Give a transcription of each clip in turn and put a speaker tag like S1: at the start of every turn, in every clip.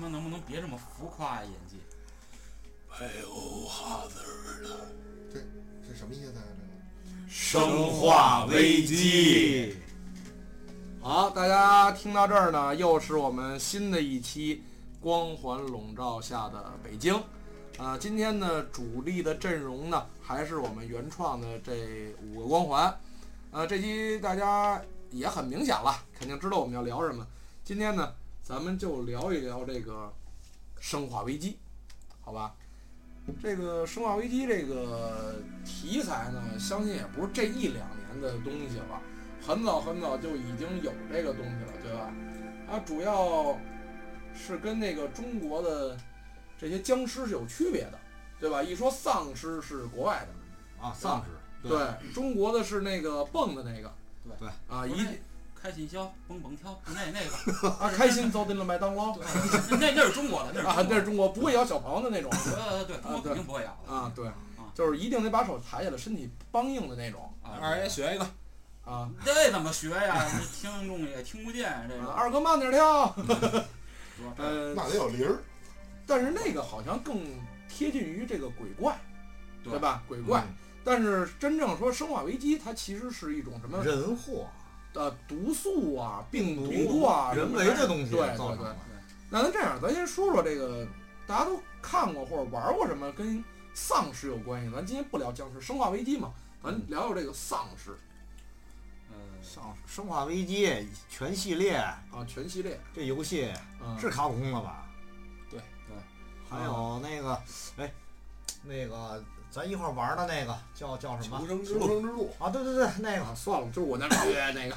S1: 妈能不能别这么浮夸啊？演技，
S2: 这这什么意思啊？这
S1: 生化危机。
S3: 好，大家听到这儿呢，又是我们新的一期《光环笼罩下的北京》。呃，今天呢，主力的阵容呢，还是我们原创的这五个光环。呃，这期大家也很明显了，肯定知道我们要聊什么。今天呢，咱们就聊一聊这个生化危机，好吧？这个生化危机这个题材呢，相信也不是这一两年的东西了。很早很早就已经有这个东西了，对吧？它主要是跟那个中国的这些僵尸是有区别的，对吧？一说丧尸是国外的，
S4: 啊，丧尸，
S3: 中国的是那个蹦的那个，
S1: 对
S4: 对
S3: 啊，
S1: 不
S3: 一
S1: 是开心消，蹦蹦跳，那那个，
S3: 啊开心走进了麦当劳啊，
S1: 那那那是中国的，那
S4: 啊
S1: 是
S3: 那
S1: 中
S3: 是中国不会咬小朋友的那种
S1: 国的呃对，中国肯定不会咬的
S3: 啊，对，就是一定得把手抬起来，身体梆硬的那种
S1: 啊。
S4: 二爷学一个，
S3: 啊。
S1: 这怎么学呀？这听众也听不见这
S3: 啊
S1: 个。
S3: 二哥慢点跳，
S1: 主要这
S3: 呃，
S2: 那得有铃儿，
S3: 但是那个好像更贴近于这个鬼怪，
S1: 对
S3: 对吧？
S4: 嗯
S3: 鬼怪，
S4: 啊
S3: 但是真正说生化危机，它其实是一种什么
S4: 人祸，
S3: 呃毒素啊、
S1: 嗯
S3: 病毒啊、
S4: 人为的东西
S3: 对
S4: 造
S3: 对
S4: 成
S3: 对
S4: 的。
S3: 那咱这样，咱先说说这个大家都看过或者玩过什么跟丧尸有关系。咱今天不聊僵尸，生化危机嘛，咱
S4: 嗯
S3: 聊聊这个丧尸
S1: 呃，
S4: 丧尸生化危机全系列
S3: 啊，全系列。
S4: 这游戏
S3: 嗯，
S4: 是卡普空的吧？
S3: 对
S1: 对，
S4: 还有那个，哎，那个咱一块儿玩的那个叫叫什么
S2: 求？生之路，求生之路，
S4: 啊，对对对，那个
S3: 啊，算了，就是我 那约那个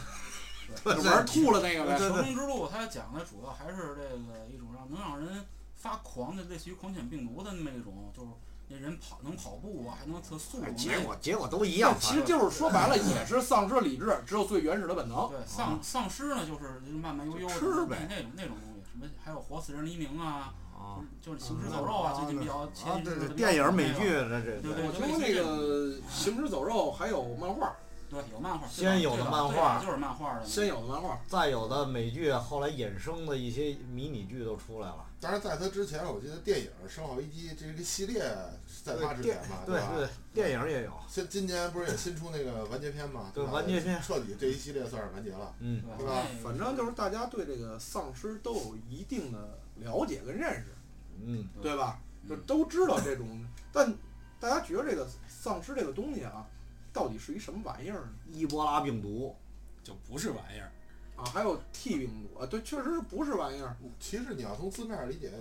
S4: 对对
S3: 玩吐了那个
S4: 对
S3: 呗。
S1: 求
S4: 对
S1: 生之路，它讲的主要还是这个一种让能让人发狂的，类似于狂犬病毒的那么一种，就是那人跑能跑步啊，还能测速度
S4: 哎
S1: 那。
S4: 结果结果都一 样，
S3: 其实就是说白了，也是丧失理智，只有最原始的本能。
S1: 对丧丧尸呢，就是慢慢悠悠的
S4: 就啊吃呗
S1: 那那种那种东西，什么还有活死人黎明啊，
S4: 啊
S1: 就是行尸走肉啊，最近比较
S4: 啊，
S1: 前几
S4: 对
S1: 阵
S4: 对
S1: 子，比较
S4: 电影
S1: 火
S4: 美
S1: 那
S4: 剧
S1: 个
S4: 这
S1: 对
S4: 这这
S1: 对
S3: 我听说那个《行尸走肉》还有漫画，
S1: 对有漫画，
S4: 先有的
S1: 最早
S4: 漫
S1: 最早
S4: 画
S1: 就是漫画的那个，
S3: 先有的漫画，
S4: 再有的美剧后来衍生的一些迷你剧都出来了。
S2: 但是在它之前，我记得电影《生化危机》这个系列是在它之
S4: 电
S2: 前嘛，
S4: 对
S2: 啊吧？
S4: 对，电影也有，
S2: 现今年不是也新出那个完结篇嘛？
S4: 对
S2: 吧
S4: 完结篇
S2: 彻底这一系列算是完结了。
S4: 嗯，
S1: 对
S2: 是吧
S1: 那
S3: 反正就是大家对这个丧尸都有一定的了解跟认识。
S4: 嗯，
S3: 对吧？
S1: 嗯
S3: 就都知道这种，但大家觉得这个丧尸这个东西啊，到底是一什么玩意儿呢？
S4: 伊波拉病毒，
S5: 就不是玩意儿。
S3: 啊，还有 T 病毒啊，对，确实不是玩意儿，
S2: 其实你要从字面理解，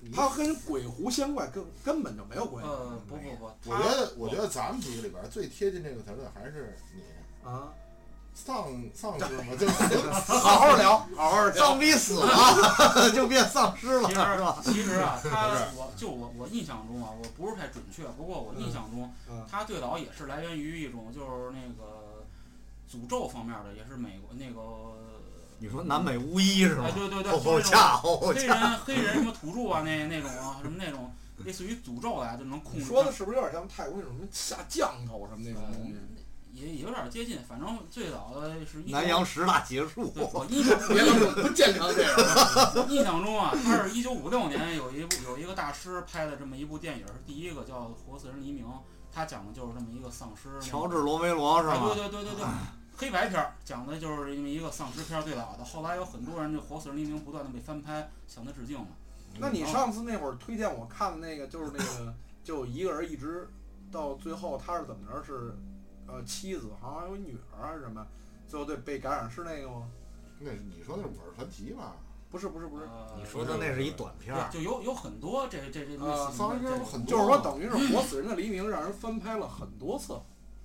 S2: 你
S3: 它跟鬼狐仙怪根根本就没有关系
S1: 呃不不不，
S2: 我觉得，我觉得咱们几个里边最贴近这个词儿的还是你。
S3: 啊。
S2: 丧丧尸 嘛，就是
S3: 好好聊，好好聊。
S4: 丧逼死了就变丧尸了，
S1: 其
S4: 是
S1: 实
S4: 吧？
S1: 其实啊，他我就我我印象中啊，我不是太准确，不过我印象中
S3: 嗯，
S1: 他最早也是来源于一种就是那个诅咒方面的，也是美国那个，
S4: 你说南美巫医是吗
S1: 哎？对对对，
S4: 哦
S1: 就
S4: 好
S1: 是那
S4: 家伙
S1: 种，黑人黑人什么土著啊，那那种啊什么那种类似于诅咒来就能控
S3: 你
S1: 制。
S3: 说的是不是有点像泰国那种什么下降头什么那种东西？
S1: 也也有点接近，反正最早的是一九
S4: 南洋十大邪术，
S1: 对，我印象
S3: 别老说不健康这样的。
S1: 印象中啊，他是一九五六年有一部有一个大师拍的这么一部电影，是第一个叫《活死人黎明》，他讲的就是这么一个丧尸。
S4: 乔治罗梅罗是
S1: 啊，对
S4: 吗？
S1: 对对对对，黑白片儿讲的就是这么一个丧尸片儿最早的，后来有很多人就《活死人黎明》不断的被翻拍，向他致敬嘛。
S3: 那你上次那会儿推荐我看的那个，就是那个，就有一个人一直到最后，他是怎么着？是呃，妻子好像还有女儿还是什么？最后对被感染是那个吗？
S2: 那是你说那是五二传奇吧？
S3: 不是不是不是，
S1: 呃
S4: 你说的那是一短片儿
S1: 对，，就有有很多这这这类
S3: 啊
S1: 似
S2: 呃丧
S1: 于这
S2: 尸
S4: 嗯
S2: 有很多
S3: 就是
S2: 嘛，
S3: 说等于是《活死人的黎明》让人翻拍了很多次。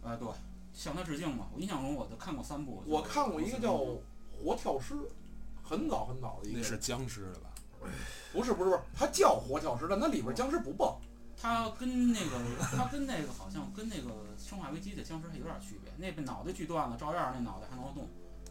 S1: 啊对，向他致敬嘛。我印象中我就看过三部。
S3: 我看过一个
S1: 活
S3: 叫
S1: 死人黎
S3: 《活跳尸》，很早很早的一个，
S5: 那是僵尸的吧？
S3: 不是不是不是，它叫《活跳尸》，但它里边僵尸不蹦。
S1: 明他跟那个他跟那个好像跟那个《生化危机》的僵尸还有点区别，那被脑袋锯断了，照样那脑袋还能动。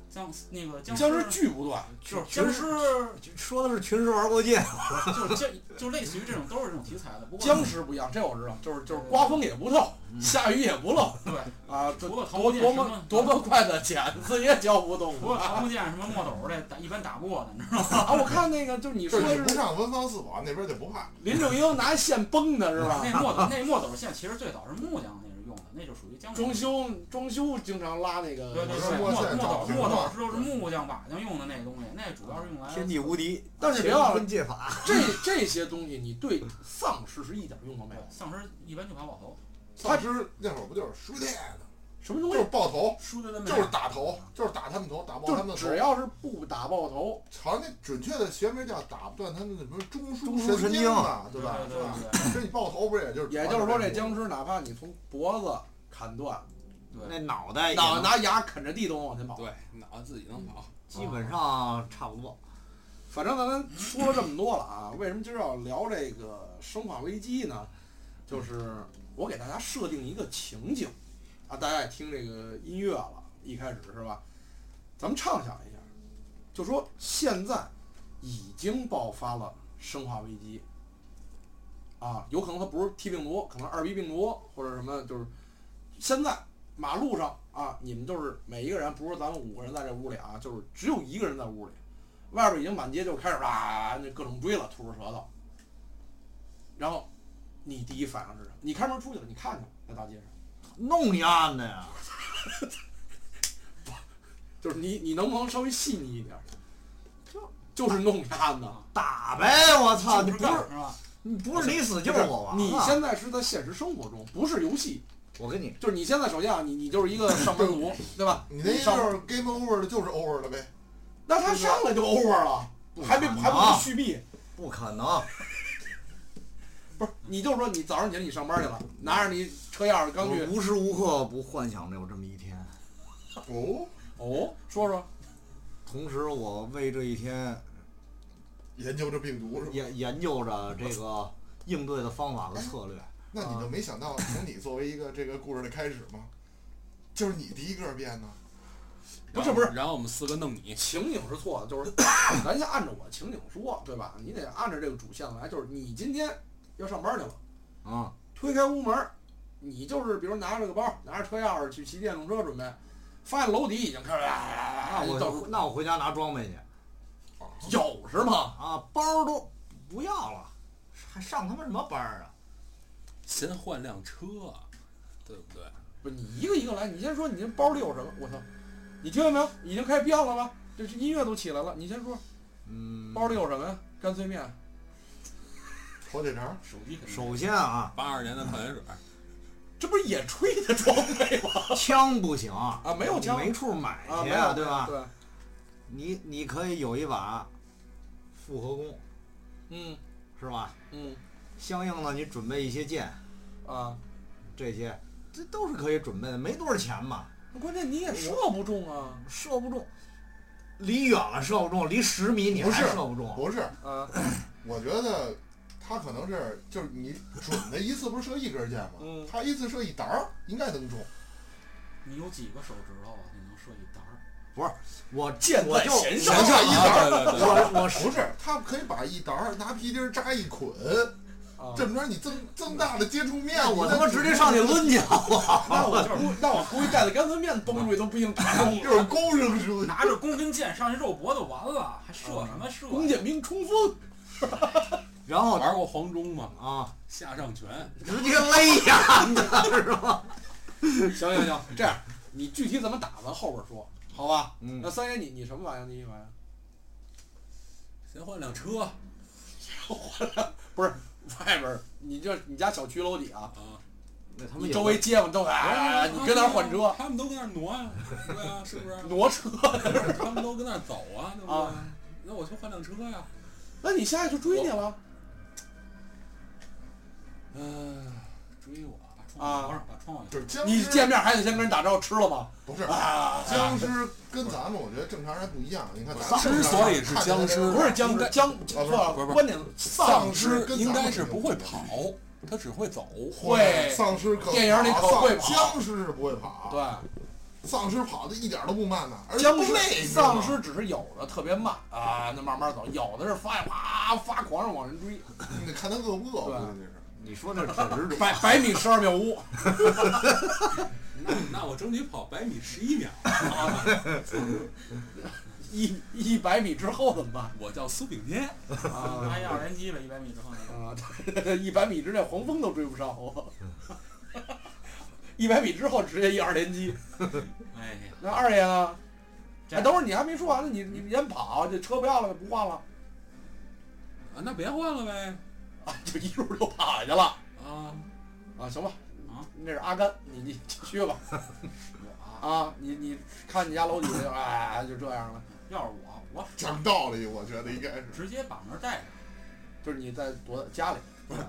S1: 僵那个僵
S5: 僵尸剧不断，
S1: 就是
S4: 其实
S1: 僵尸，
S4: 说的是群尸玩过界，
S1: 就是僵，就类似于这种都是这种题材的。不过
S3: 僵尸不一样，这我知道，就是就是刮风也不透，下雨也不漏
S1: 对，
S3: 啊，这
S1: 除了桃木
S3: 多
S1: 剑
S3: 多
S1: 什
S3: 么
S1: 么
S3: 多么快的剪子也搅不动
S1: 除了
S3: 我。
S1: 桃木剑啊什么墨斗的，打一般打不过的，你知道吗？
S3: 啊，我看那个就是你说
S2: 就是你不
S3: 是
S2: 上文房四宝那边就不怕，
S3: 林正英拿线崩的是吧？
S1: 那墨斗那墨斗现在其实最早是木匠那是用的，那就属于僵尸
S3: 装。修装修经常拉那个，
S1: 对对对，
S2: 我说
S1: 墨
S2: 过
S1: 墨
S2: 现在找
S1: 斗
S2: 不着
S1: 墨斗是都是木匠瓦匠用的那东西，那主要是用来
S4: 天地无敌。
S3: 但是别忘了
S4: 乾坤借法，
S3: 这这些东西，你对丧尸是一点用都没
S1: 对
S3: 有。
S1: 丧尸一般就跑跑头，
S2: 丧尸那会儿不就是输电的，
S3: 什么东
S2: 就是
S3: 西？
S2: 爆头，
S1: 输的那么
S2: 就是打头，就是打他们头，打爆他们
S3: 就
S2: 的头
S3: 只。要是不打爆头，
S2: 好像那准确的学名叫打不断他们的什么中
S4: 中枢
S2: 枢
S4: 神
S2: 神
S4: 经
S2: 嘛，
S1: 对
S2: 吧？
S1: 对
S2: 是吧？
S1: 对对
S2: 这你爆头不是也就是？
S3: 也就是说，这僵尸哪怕你从脖子砍断，
S1: 对
S4: 那脑
S2: 哎
S4: 袋也
S3: 脑
S4: 能
S3: 拿牙啃着地都能往前跑。
S5: 对，脑子自己能跑。
S4: 基本上差不多。
S3: 反正咱们说了这么多了啊，为什么今儿要聊这个《生化危机》呢？就是我给大家设定一个情景啊，大家也听这个音乐了，一开始是吧？咱们畅想一下，就说现在已经爆发了生化危机啊，有可能它不是 T 病毒，可能二 B 病毒或者什么，就是现在马路上啊，你们就是每一个人，不是咱们五个人在这屋里啊，就是只有一个人在屋里。外边已经满街就开始啦，那各种追了，吐着舌头。然后你第一反应是什么？你开门出去了，你看去了，在大街上，
S4: 弄你案的呀！
S3: 就是你你能不能稍微细腻一点？就就是弄看的。
S4: 打呗！我操，你
S1: 就是
S4: 不
S1: 干
S4: 是
S1: 是吧？
S4: 你不是你死就是我亡啊
S3: 你现在是在现实生活中，不是游戏。
S4: 我跟你
S3: 就是你现在首先啊，你你就是一个上班族，对吧？
S2: 你那意思
S3: 上
S2: 就是 game over 的，就是 over 了呗。
S3: 那他上来就 over 了，还没
S4: 不可能
S3: 还不能续币。
S4: 不可能，
S3: 不是，你就是说你早上起来你上班去了，拿着你车钥匙刚
S4: 我
S3: 去，
S4: 无时无刻不幻想着有这么一天。
S2: 哦，
S3: 哦，说说
S4: 同时，我为这一天
S2: 研究这病毒是吧？
S4: 研研究着这个应对的方法和策略。
S2: 那你就没想到从你作为一个这个故事的开始吗？就是你第一个变呢？
S3: 不是不是
S5: 然后然后我们四个弄你，
S3: 情景是错的，就是 咱先按照我情景说，对吧？你得按照这个主线来，就是你今天要上班去了，
S4: 啊，
S3: 推开屋门儿，你就是比如拿着个包，拿着车钥匙去骑电动车准备，发现楼底已经开始啊啦啦啦啦
S4: 那
S3: 啦哎就到
S4: 我
S3: 处
S4: 那我回家拿装备去
S3: 有是吗？
S4: 啊，包都不要了，还上他妈什么班儿啊？
S5: 先换辆车，
S1: 啊
S5: 对不对？
S3: 不，你一个一个来，你先说你这包里有什么？我操，你听见没有？已经开始变了吧？这这音乐都起来了，你先说
S4: 嗯，
S3: 包里有什么呀？干脆面，
S2: 火腿肠，
S1: 手机
S3: 嗯
S1: 肯定
S4: 首先啊，
S5: 八二年的矿泉水，
S3: 这不是野炊的装备吗？
S4: 枪不行啊
S3: 啊没有枪
S4: 没处买
S3: 啊，
S4: 去
S3: 没有
S4: 对吧？
S3: 对，
S4: 你你可以有一把复合弓，
S3: 嗯
S4: 是吧？
S3: 嗯
S4: 相应的你准备一些剑，
S3: 啊，
S4: 这些这都是可以准备的，没多少钱嘛，
S3: 那关键你也射不中啊
S4: 射不中，离远了射不中，离十米你
S2: 不
S4: 还
S2: 是
S4: 射不中，
S2: 不是，
S3: 啊，
S2: 我觉得他可能是就是你准的一次不是射一根箭
S3: 嗯
S2: 吗？他一次射一沓儿，应该能中。
S1: 你有几个手指头啊？你能射一沓儿？
S4: 我
S3: 箭
S4: 我
S3: 在
S4: 就
S3: 弦上啊
S2: 我就一沓儿，
S5: 对对对，
S4: 我我
S2: 不是，他可以把一沓儿拿皮筋儿扎一捆，
S3: 啊
S2: 这么着你增增大的接触面，
S4: 那我
S2: 哎你
S4: 他
S2: 再
S4: 妈直接上去抡去，
S3: 那我估那我估计盖子干脆面崩出去都不一定 打中
S2: 就是勾上去了。
S1: 拿着弓跟箭上去肉搏就完了，还射什么射？
S3: 弓箭兵冲锋，
S4: 然后
S5: 玩过黄忠吗？
S4: 啊，
S5: 下上拳，
S4: 直接勒呀，你知道吗？
S3: 行行行， 这样你具体怎么打咱后边说，好吧？
S4: 嗯
S3: 那三爷你你什么玩意儿？你什么玩意儿？
S5: 先换辆车啊
S3: 不是外边儿，你这你家小区楼底啊，！
S4: 那他们
S3: 你
S4: 有
S3: 周围街坊都哎，你跟那儿换车
S5: 他们都跟那儿挪呀，对啊，是不是？
S3: 挪车，
S5: 他们都跟那儿走啊，对不对
S3: 啊？
S5: 那我去换辆车呀。
S3: 那你下去就追你了
S5: 嗯，追我啊！
S1: 把窗户关上，把窗户
S2: 就是僵
S3: 你
S2: 尸
S3: 见面还得先跟人打招呼，吃了吗？
S2: 不是
S3: 啊，
S2: 僵尸跟咱们，我觉得正常人不一样。你看咱们
S5: 之所以是僵尸
S3: 不是僵
S5: 应
S3: 尸，
S5: 该
S3: 僵
S2: 不是
S3: 错了
S5: 不是不是
S3: 关键丧
S5: 丧
S2: 尸
S5: 尸
S2: 跟
S5: 应
S2: 咱
S5: 该
S2: 们
S5: 是
S2: 有
S5: 不会
S2: 区别
S5: 跑，他只会走。
S3: 会
S2: 丧尸可
S3: 电影里可
S2: 丧
S3: 会跑
S2: 僵尸是不会跑。
S3: 对，
S2: 丧尸跑的一点都不慢呢，而且
S3: 僵
S2: 不累，
S3: 尸
S2: 你知道
S3: 丧
S2: 吗
S3: 尸只是有的特别慢啊，那慢慢走；有的是发啪发狂上往人追，
S2: 你得看他饿不饿，我
S3: 对
S2: 估计是。
S4: 你说这是指
S3: 百百米十二秒五，
S5: 那那我争取跑百米十一秒，
S3: 一一百米之后怎么办
S5: 我叫苏炳添。哎
S3: 啊？
S1: 拿一二连击了，一百米之后那个。
S3: 啊，一百米之内黄蜂都追不上我。一百米之后直接一二连击，
S1: 哎呀，
S3: 那二爷呢？
S1: 这
S3: 哎，等会儿你还没说完呢，你你先跑，这车不要了，不换了
S5: 啊，那别换了呗。
S3: 啊，就一路就跑去了
S5: 啊，
S3: 啊，行吧，
S1: 啊，
S3: 那是阿甘，你你继续吧
S1: 我
S3: 啊，你你看你家楼底下就哎就这样了，
S1: 要是我，我
S2: 讲道理，我觉得应该是。
S1: 直接把门带上。
S3: 就是你在躲在家里，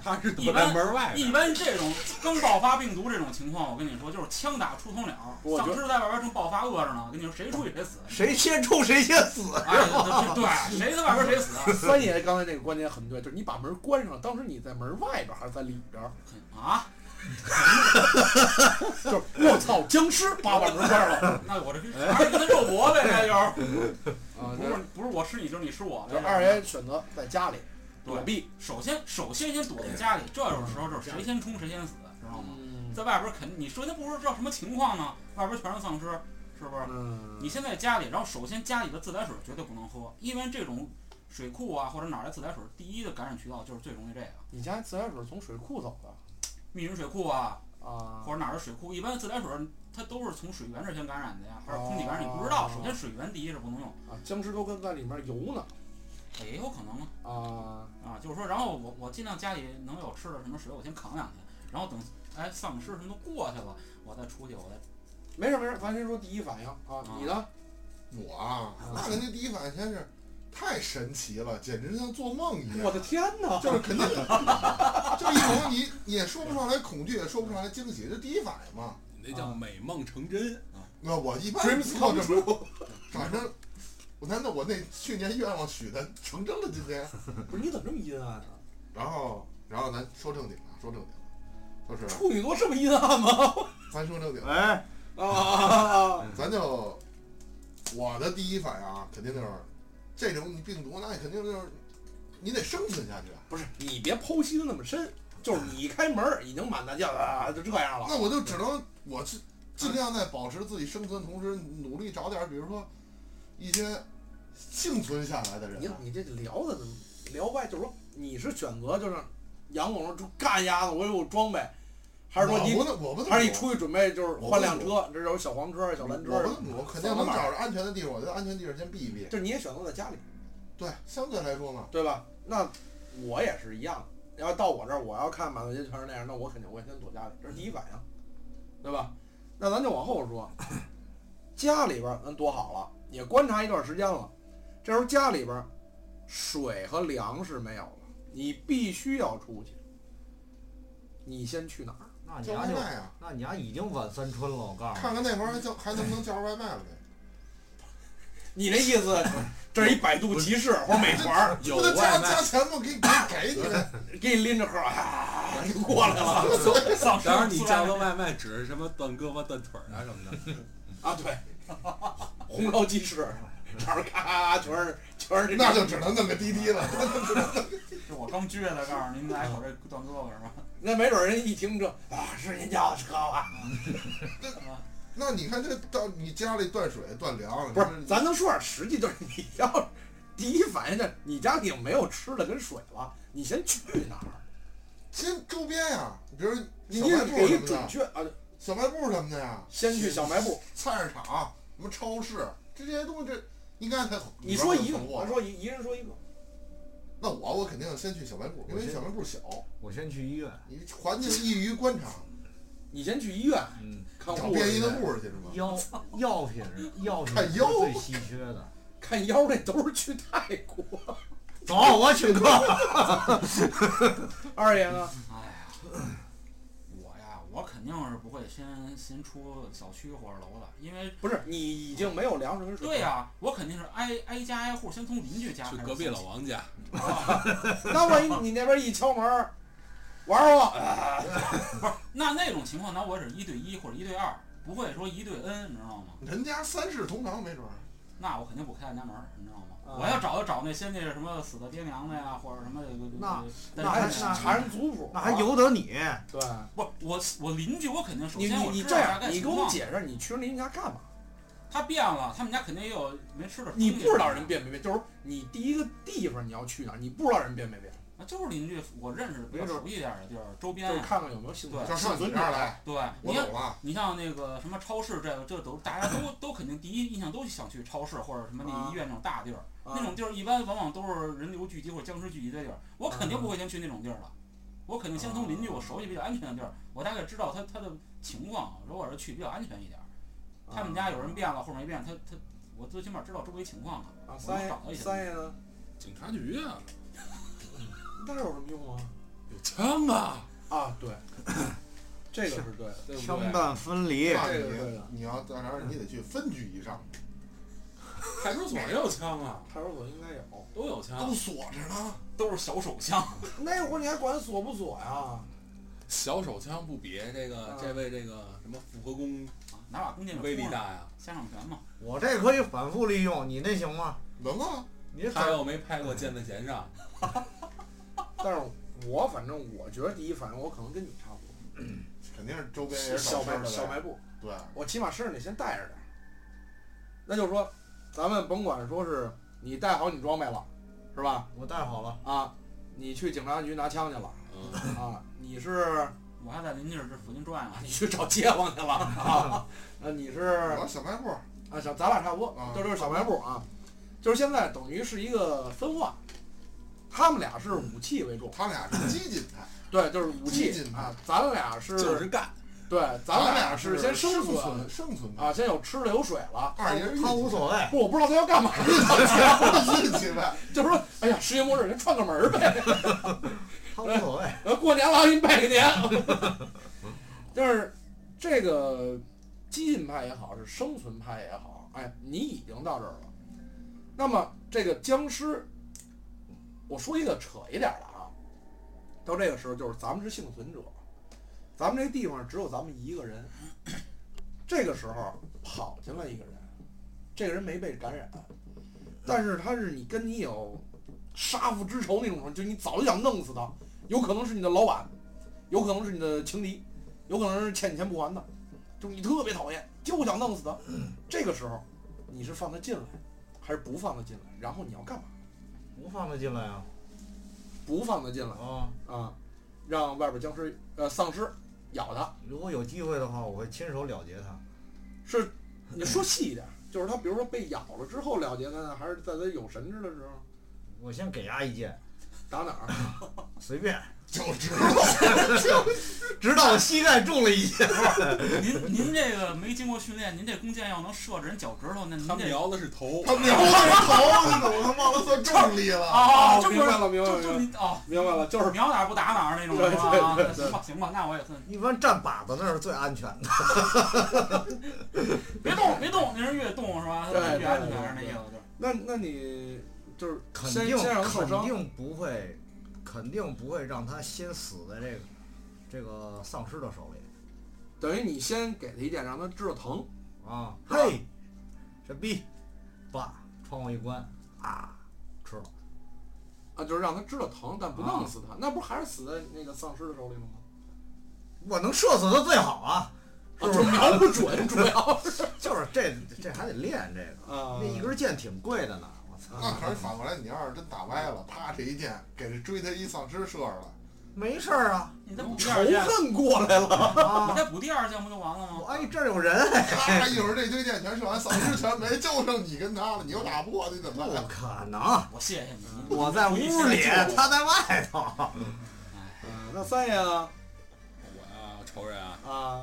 S5: 他是
S1: 一
S5: 躲
S1: 般
S5: 在门外
S1: 一
S5: 边。
S1: 般这种刚爆发病毒这种情况，我跟你说，就是枪打出头鸟。
S3: 我觉
S1: 丧
S3: 得
S1: 尸在外边正爆发饿着呢，我跟你说，谁出去谁死。
S4: 谁先出谁先死。
S1: 哎，对对，谁在外边谁死。啊
S3: 三爷刚才那个观点很对，就是你把门关上，当时你在门外边还是在里边？
S1: 啊，
S3: 就是我操，僵尸把把门关 上了
S1: 那 我这跟还是跟他肉搏呗，那就是
S3: 啊，
S1: 不
S3: 就是
S1: 不是我吃你，就是你吃我
S3: 就
S1: 呗。
S3: 是二爷选择在家里
S1: 对
S3: 躲避，
S1: 首先首先先躲在家里，这种时候就是谁先冲谁先死，知道吗？
S3: 嗯
S1: 在外边肯你说那不知道什么情况呢，外边全是丧尸，是不是？
S3: 嗯
S1: 你先在家里，然后首先家里的自来水绝对不能喝，因为这种水库啊或者哪儿来自来水，第一的感染渠道就是最容易这个
S3: 你家自来水从水库走的
S1: 密云水库啊
S3: 啊
S1: 或？者哪儿的水库，一般自来水它都是从水源这先感染的呀，或者空气感染，
S3: 哦
S1: 你不知道。首先水源第一是不能用，
S3: 啊，僵尸都跟在里面游呢
S1: 也有可能啊。
S3: 啊！
S1: 啊，就是说，然后我我尽量家里能有吃的什么水，我先扛两天，然后等哎丧尸什么都过去了，我再出去，我 再
S3: 没事没事，咱先说第一反应啊，你呢？
S2: 我啊，那肯定第一反应先是太神奇了，简直像做梦一
S3: 我
S2: 样，
S3: 的天哪！
S2: 就是肯定就是一种你你也说不上来恐惧，也说不上来惊喜，这第一反应嘛。
S5: 那叫美梦成真啊！
S2: 那我一般
S3: Dreams
S2: 做
S3: come
S2: 这么，
S3: true，
S2: 反正我难道我那去年愿望许的成真了今天？
S3: 不是你怎么这么阴暗啊？
S2: 然后然后咱说正经啊，说正经，就是
S3: 处女座这么阴暗吗？
S2: 咱说正经，
S4: 哎，
S3: 啊！
S2: 咱就我的第一反应啊，肯定就是这种你病毒，那肯定就是你得生存下去啊。
S3: 不是你别剖析的那么深，就是你一开门儿已经满大街了啊，就这样了
S2: 那我就只能我是尽量在保持自己生存的同时，努力找点儿，比如说一些幸存下来的
S3: 你
S2: 人啊。
S3: 你这聊的怎么聊歪？就是说你是选择就是杨总说就干丫的，我有装备，还是说你
S2: 我不能，我不能，
S3: 还是你出去准备就是换辆车，这有小黄车、小蓝
S2: 我
S3: 车，
S2: 不能，我肯定能找着安全的地方，我觉得安全地方先避一避。
S3: 就是你也选择在家里，
S2: 对，相对来说嘛，
S3: 对吧？那我也是一样的，要到我这儿，我要看满大街全是那样，那我肯定我也先躲家里，这是第一反应，对吧？那咱就往后说，家里边儿咱躲好了，也观察一段时间了，这时候家里边儿水和粮食没有了，你必须要出去。你先去哪儿？
S4: 那你
S2: 叫
S4: 丫
S2: 外
S4: 就，
S2: 卖啊，
S4: 那你丫已经晚三春了，我告诉你。
S2: 看看那会儿还叫还能不能叫上外卖了呗？
S3: 你那意思， 这是一百度集市或者美团儿，
S5: 有
S2: 不得加
S5: 外
S2: 加
S5: 卖，
S2: 钱吗？给给给你呗。
S3: 给你拎着盒儿，啊，就过来了。
S1: 丧尸
S5: 当然你
S1: 自
S5: 叫
S1: 然
S5: 个外卖只是什么断胳膊、断腿儿啊什么的。
S3: 啊，对，红烧鸡翅，这儿咔咔咔全是全是这
S2: 那就只能弄个滴滴了。
S1: 就我刚撅的，告诉您来口这断胳膊是吧？
S3: 那没准人一听这啊是您家的啊车吧？
S2: 那你看这到你家里断水断粮，
S3: 不是，咱能说点实际，就是你要第一反应就是你家里没有吃的跟水了，你先去哪儿？
S2: 先周边呀、比如
S3: 你
S2: 小卖
S3: 得
S2: 部什
S3: 给
S2: 么
S3: 准
S2: 的，
S3: 确啊，
S2: 小卖部什么的呀，
S3: 先去小卖部。
S2: 菜市场、什么超市，这些东西这应该才
S3: 你说一个，
S2: 里边会有
S3: 我
S2: 存货
S3: 说一一人说一个，
S2: 那我我肯定先去小卖部，因
S4: 我
S2: 为
S4: 先
S2: 小卖部小，
S4: 我先去医院。
S2: 你环境易于 观察，
S3: 你先去医院
S4: 嗯，
S3: 看
S2: 找
S3: 护
S2: 便
S3: 士
S2: 宜的
S3: 去，
S2: 护士去是吗？
S4: 药药品药品
S2: 看
S4: 是
S2: 腰
S4: 最稀缺的。
S3: 看腰那都是去泰国。
S4: 走，我请客。
S3: 二爷呢？
S1: 哎呀，我呀，我肯定是不会先先出小区或者楼的，因为
S3: 不是你已经没有粮食跟水了。
S1: 对呀、我肯定是挨挨家挨户先从邻居家
S5: 去
S1: 开始
S5: 隔壁老啊王家，
S3: 那万一你那边一敲门儿，玩儿我，
S1: 那那种情况，那我只一对一或者一对二，不会说一对 N，你知道吗？
S2: 人家三世同堂没准儿。
S1: 那我肯定不开他家门儿，你知道吗？
S3: 啊
S1: 我要找就找那些那什么死的爹娘的呀，或者什么这个
S4: 那
S1: 这
S4: 那
S1: 个
S4: 还
S1: 但是
S4: 那
S3: 查人族谱，
S4: 那还由得你？
S3: 对。
S1: 不是我我邻居，我肯定首
S3: 你
S1: 先
S3: 你
S1: 我
S3: 你
S1: 知
S3: 这
S1: 道大
S3: 样
S1: 概，
S3: 你
S1: 情
S3: 给我
S1: 况。
S3: 解释，你去邻居家干嘛？
S1: 他变了，他们家肯定也有没吃的。啊
S3: 你不知道人，变没变，就是你第一个地方你要去哪儿，你不知道人变没变，
S1: 啊，就是邻居，我认识的比较
S3: 没准儿
S1: 熟悉一点儿的地儿，周
S3: 就
S1: 边啊
S3: 是
S1: 呀。
S3: 看看有没有幸存
S1: 对
S2: 就上你这儿来，
S1: 对，
S2: 我
S1: 你看
S2: 走了。
S1: 你像那个什么超市，这个这都大家都都肯定第一印象都想去超市或者什么
S3: 啊
S1: 那医院那种大地儿，那
S3: 啊
S1: 种地儿一般往往都是人流聚集或者僵尸聚集的地儿，我肯定不会先去那种地儿了。我肯定先从邻居我熟悉比较安全的地儿，我大概知道他他的情况，如果是去比较安全一点儿。他们家有人变了或者没变，他他我最起码知道周围情况了。
S3: 啊，
S1: 能
S3: 三
S1: 找到
S3: 爷
S1: 一些
S3: 三爷呢？
S5: 警察局啊，
S3: 那有什么用啊？
S5: 有枪啊，
S3: 啊，对，这个是对的，对不对
S4: 枪弹分离，
S2: 那
S3: 这个对
S2: 你
S3: 的
S2: 你要在那儿，你得去分局以上，
S5: 派出所也有枪啊，
S3: 派出所应该有。
S5: 都有枪
S2: 都。锁着呢。
S1: 都是小手枪，
S3: 那会儿你还管锁不锁呀？
S5: 小手枪不比这个、
S3: 啊
S5: 这位这个什么复合弓
S1: 啊拿把弓箭
S5: 威
S1: 给
S5: 力
S1: 扑上，
S5: 大呀？
S1: 下上拳嘛。
S4: 我这可以反复利用，你那行吗？
S2: 能啊，
S4: 你这
S5: 他又没拍过箭在弦上，
S3: 但是我反正我觉得第一反应我可能跟你差不多，
S2: 肯定是周边也是
S3: 小
S2: 找事儿
S3: 卖
S2: 的
S3: 小
S2: 呗。
S3: 卖部，
S2: 对，
S3: 我起码身上得先带着点儿。那就是说，咱们甭管说是你带好你装备了，是吧？
S4: 我带好了，
S3: 啊，你去警察局拿枪去了
S5: 嗯，
S3: 啊，你是
S1: 我还在邻居这附近转啊悠，
S5: 你去找街坊去了。
S3: 啊，那你是
S2: 我小卖部儿
S3: 啊，小咱俩差不多
S2: 啊，
S3: 这就是小卖部啊，就是现在等于是一个分化，他们俩是武器为重，
S2: 他 俩是激进派，
S3: 对，就是武
S2: 嗯激
S3: 器
S2: 进
S3: 啊，咱俩是
S5: 就是干，
S3: 对，咱
S2: 咱
S3: 俩
S2: 是
S3: 先
S2: 生
S3: 生
S2: 存生存派，
S3: 啊，先有吃的有水了。
S2: 二爷是
S4: 他无所谓。
S3: 不，我不知道他要干嘛，
S2: 运气派，
S3: 就是说，哎呀，世界末日，人串个门儿呗。
S4: 他无 所谓，
S3: 呃，过年了，我给你拜个年。但是这个激进派也好，是生存派也好，哎，你已经到这儿了。那么这个僵尸，我说一个扯一点儿的啊，到这个时候就是咱们是幸存者，咱们这地方只有咱们一个人。这个时候跑进来一个人，这个人没被感染，但是他是你跟你有杀父之仇那种，就你早就想弄死他，有可能是你的老板，有可能是你的情敌，有可能是欠你钱不还的，就是你特别讨厌，就想弄死他。这个时候，你是放他进来，还是不放他进来？然后你要干嘛？
S4: 不放他进来啊！
S3: 不放他进来
S4: 啊，
S3: 啊，让外边僵尸呃丧尸咬他。
S4: 如果有机会的话，我会亲手了结他。
S3: 是你说细一点，就是他比如说被咬了之后了结他呢，还是在他有神志的时候
S4: 我先给他一剑，
S3: 打哪儿？
S4: 随便，
S2: 就 知道
S4: 直到我膝盖中了一箭。
S1: 您您这个没经过训练，您这弓箭要能射着人脚趾头，那您
S5: 他
S1: 这
S5: 瞄的是头，
S2: 他瞄着头，你怎么忘了算重力 了？
S1: 啊，这
S3: 哦明
S1: 不是
S3: 白了，明白
S1: 就
S3: 了，
S1: 就
S3: 明白了
S1: 您哦，
S3: 明白了，就是
S1: 瞄哪儿不打哪儿那种
S3: 对
S1: 是吧？
S3: 对
S1: 那
S3: 对对
S1: 行吧行吧，那我也算，
S4: 一般站靶子那儿是最安全的。
S1: 别动别动，您是越动是吧？
S3: 对对
S1: 越安全是那
S3: 对
S1: 意思就是。
S3: 那那你就是
S4: 肯
S3: 先
S4: 定
S3: 先让他受
S4: 肯
S3: 伤，
S4: 定不会，肯定不会让他先死在这个这个丧尸的手里
S3: 等于你先给他一剑，让他知道疼。
S4: 啊！嘿，这逼，爸，窗户一关啊，吃了。
S3: 啊，就是让他知道疼，但不弄死他，那不还是死在那个丧尸的手里了 吗？
S4: 我能射死他最好啊，
S3: 啊，就瞄不准，主要是
S4: 就是这这还得练这 个，
S3: 啊
S4: 那一根箭挺贵的呢。我操，
S2: 那可是反过来，你要是真打歪了，啪这一箭给这追他一丧尸射着了，
S4: 没事儿啊
S1: 你再补第
S3: 仇
S1: 二箭，
S3: 恨过来了。
S1: 你
S4: 啊！
S1: 再补第二箭不就完了吗
S4: 我？哎，这儿有人，
S2: 啪一会儿这堆箭全射完，丧尸全没，就剩你跟他了，你又打不过，你怎么 办？
S4: 不可能，
S1: 我谢谢你，您
S4: 我在屋里，他在外头。
S3: 啊那三爷呢？
S5: 我呀仇人啊，
S3: 啊，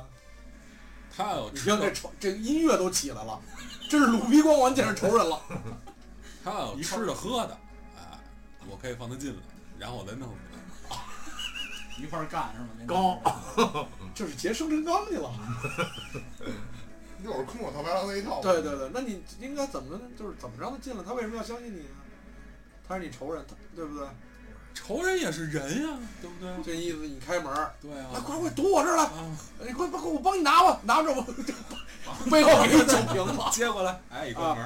S5: 他要有
S3: 你
S5: 吃
S3: 听这
S5: 的，
S3: 仇，这音乐都起来了，这是鲁皮光环见着仇人了。
S5: 他要有吃的喝的，哎，我可以放他进来，然后我再弄死他。
S1: 一块儿干是吗？您
S4: 高
S3: 啊这是劫生辰纲去了。
S2: 一会儿空手套白狼那一套，
S3: 对对对，那你应啊该怎么就是怎么让他进来？他为什么要相信你呢？他是你仇人，他对不对？
S5: 仇人也是人呀、对不对？
S3: 这意思你开门儿，
S5: 对
S3: 来
S5: 啊，
S3: 快快堵我这儿来，
S5: 啊，
S3: 你快快我帮你拿吧，拿着 我背后 给你酒瓶子。
S5: 接过来，哎，一关门，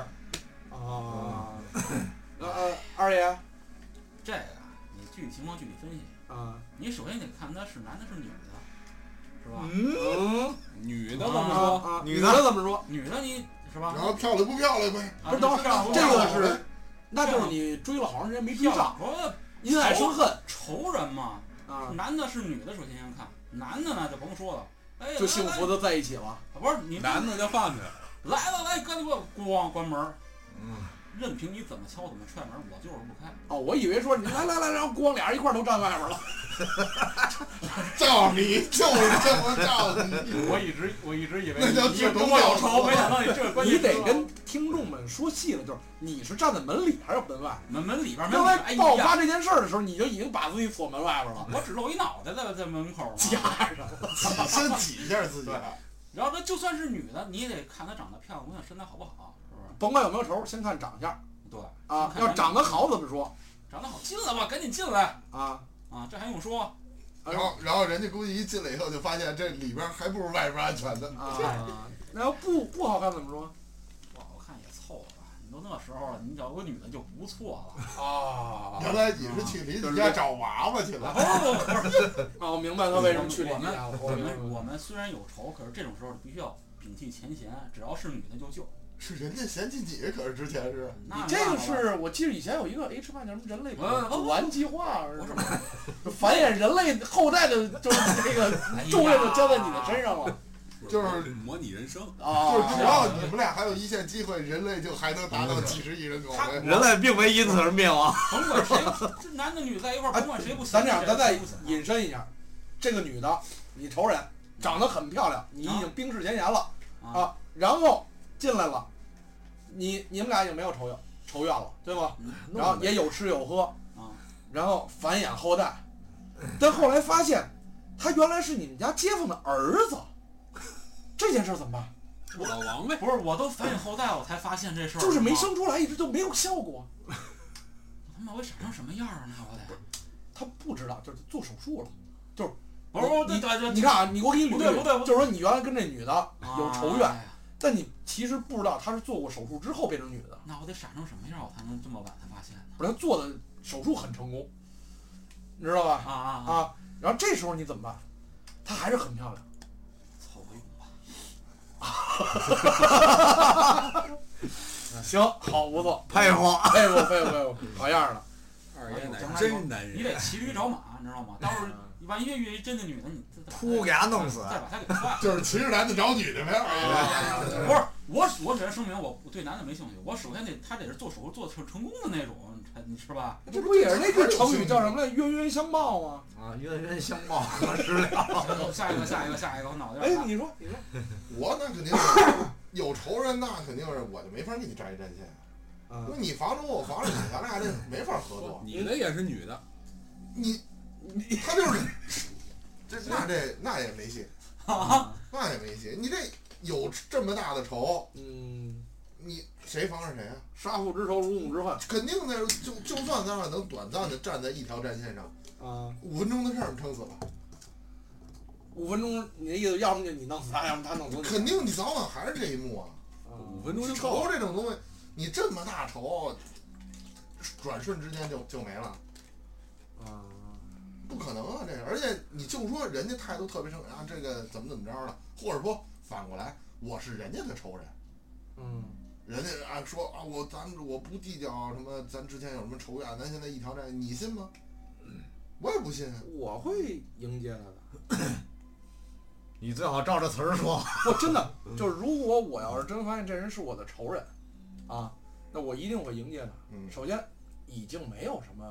S3: 啊， 呃呃，二爷
S1: 这个啊你具体情况具体分析，
S3: 啊，
S1: 你首先得看他是男的是女的，是吧？
S4: 嗯，
S3: 嗯，
S5: 女的怎么
S3: 啊
S5: 说？
S3: 啊，
S4: 女
S3: 女
S4: 的
S3: 的怎么说？
S1: 女的你是吧
S2: 然？后漂亮不漂亮呗？
S1: 啊
S3: 不是等会儿
S1: 漂亮不
S3: 这
S1: 漂
S3: 个
S1: 亮
S3: 是，那
S1: 这
S3: 就是
S1: 样
S3: 你追了好长时间没追
S1: 漂
S3: 上，
S1: 亮，我说
S3: 因爱生恨
S1: 仇人嘛，
S3: 啊，
S1: 男的是女的，首先先看，男的呢就甭说了，哎，
S3: 就幸福
S1: 的，
S3: 的在一起了。
S1: 来不是你
S5: 男的就放去，
S1: 来了来，赶紧给我咣关门儿，
S4: 嗯，
S1: 任凭你怎么敲怎么踹门儿，我就是不开。
S3: 哦，我以为说你来来来，然后光俩人一块儿都站外边 了。
S2: 照你就是这么照你。
S1: 我一直我一直以为
S2: 那叫
S1: 你
S2: 自动
S1: 跟我有
S2: 掉头
S1: 仇，没想到你这个关键啊
S3: 你得
S1: 时刻
S3: 跟听众们说细了，就是你是站在门里还是门外？
S1: 门门里边儿没有
S3: 刚
S1: 人，
S3: 才爆
S1: 哎呀，
S3: 发这件事儿的时候，你就已经把自己锁门外边了，
S1: 我只露一脑袋在在门口嘛。
S3: 架上了。
S2: 挤先挤一下自己，啊
S1: 然后这就算是女的，你也得看她长得漂亮姑娘身材好不好，是不是？
S3: 甭管有没有仇，先看长相
S1: 对，
S3: 啊。
S1: 看
S3: 要长得好怎么说
S1: 长得好，进来吧，赶紧进来
S3: 啊？
S1: 啊！这还用说？
S2: 然后然后人家估计一进来以后就发现这里边还不如外边安全 呢。
S3: 啊， 那要不不好看怎么说
S1: 不好看也凑合吧，你都那时候了，你找个女的就不错 了。
S3: 啊？
S2: 原来你是去邻居家找娃娃去了，
S1: 不不不，
S3: 哦，我明白他为什么去邻居家了。
S1: 我
S3: 我明白
S1: 们我们虽然有仇，可是这种时候必须要摒弃前嫌，只要是女的就救。
S2: 是人家嫌弃你，可是之前是
S1: 那
S3: 你这个
S1: 那好吧
S3: 是啊我记得以前有一个 H 八叫什么人类
S1: 嗯
S3: 补完计划，
S1: 不是
S3: 是繁衍人类后代的，就是这个重任就交在你的身上了
S2: 就是
S5: 模拟人生，
S3: 啊。
S2: 就是只要你们俩还有一线机会，人类就还能达到几十亿人口。
S4: 人类并没因此而灭亡。
S1: 甭管谁， 这男的女的在一块儿，甭管谁不行。
S3: 哎咱这样，咱再
S1: 谁不行
S3: 引申一下，这个女的，你仇人长得很漂亮，你已经冰释前嫌了
S1: 啊，
S3: 啊，然后进来了，你你们俩也没有仇怨仇怨了，对吗？
S1: 嗯
S3: 然后也有吃有喝
S1: 啊，
S3: 然后繁衍后代，但后来发现他原来是你们家街坊的儿子，这件事儿怎么办？
S5: 老王呗，
S1: 不是，我都繁衍后代，我才发现这事儿。
S3: 就是没
S1: 我
S3: 生出来，一直就没有效果。
S1: 他妈，我长成什么样儿啊？我得。
S3: 他不知道，就是做手术了。
S1: 不是，不
S3: 你
S1: 是，对对，
S3: 你看啊，你给我给你捋
S1: 不对
S3: 捋
S1: 不对不对
S3: 就是说你原来跟这女的
S1: 啊
S3: 有仇怨，
S1: 哎呀
S3: 但你其实不知道她是做过手术之后变成女的，
S1: 那我得傻成什么样，我才能这么晚才发现呢？
S3: 不是她做的手术很成功，你知道吧？
S1: 啊啊啊！
S3: 啊，然后这时候你怎么办？她还是很漂亮，
S1: 凑合用吧。嗯
S3: 行，好，不错，
S4: 佩服，
S3: 佩服佩服佩服，好样儿的。
S5: 二爷乃
S1: 哎呦
S5: 真男
S1: 你
S5: 人，
S1: 得骑驴找马，你知道吗？到 时候你万一遇一真的女的，你再
S4: 噗给他弄死
S1: 再把她给踹了。
S2: 就是骑着男的找女的呗，二爷。
S1: 不是我，我首先声明，我对男的没兴趣。我首先得他得是做手术做成成功的那种，才你是吧？
S3: 这不也是那句成语叫什么来？冤冤相报吗？
S4: 啊，冤冤相报何时了？
S1: 下一个，下一个，下一个，我脑袋
S3: 哦哎
S1: 有，点
S3: 你说，你说，
S2: 我那肯定是有仇人，那肯定是我就没法跟你站一战线。
S4: 嗯
S3: 啊
S2: 因为你防着我，我防着你，咱俩这没法合作。
S5: 你的也是女的，
S2: 你你他就是这那这那也没 戏，
S1: 大。
S2: 那也没戏。你这有这么大的仇，
S3: 嗯，
S2: 你谁防着谁啊？
S3: 杀父之仇，如母之恨
S2: 肯定那就就算咱俩能短暂的站在一条战线上，
S3: 啊。
S2: 五分钟的事儿，撑死了。
S3: 五分钟，你的意思，要么就你弄死他，要么他弄死你。
S2: 肯定你早晚还是这一幕啊！
S3: 啊
S5: 五分钟就够
S2: 仇
S5: 了。
S2: 这种东西，你这么大仇，转瞬之间就就没了，
S3: 啊，
S2: 不可能啊！这个，而且你就说人家态度特别生啊，这个怎么怎么着的，或者说反过来，我是人家的仇人，
S3: 嗯
S2: 人家啊说啊我咱我不计较什么，咱之前有什么仇怨，咱现在一条战，你信吗？
S3: 嗯
S2: 我也不信啊，
S3: 我会迎接他的。
S4: 你最好照着词儿说。
S3: 我真的就是，如果我要是真发现这人是我的仇人，啊，那我一定会迎接他。
S2: 嗯，
S3: 首先，已经没有什么，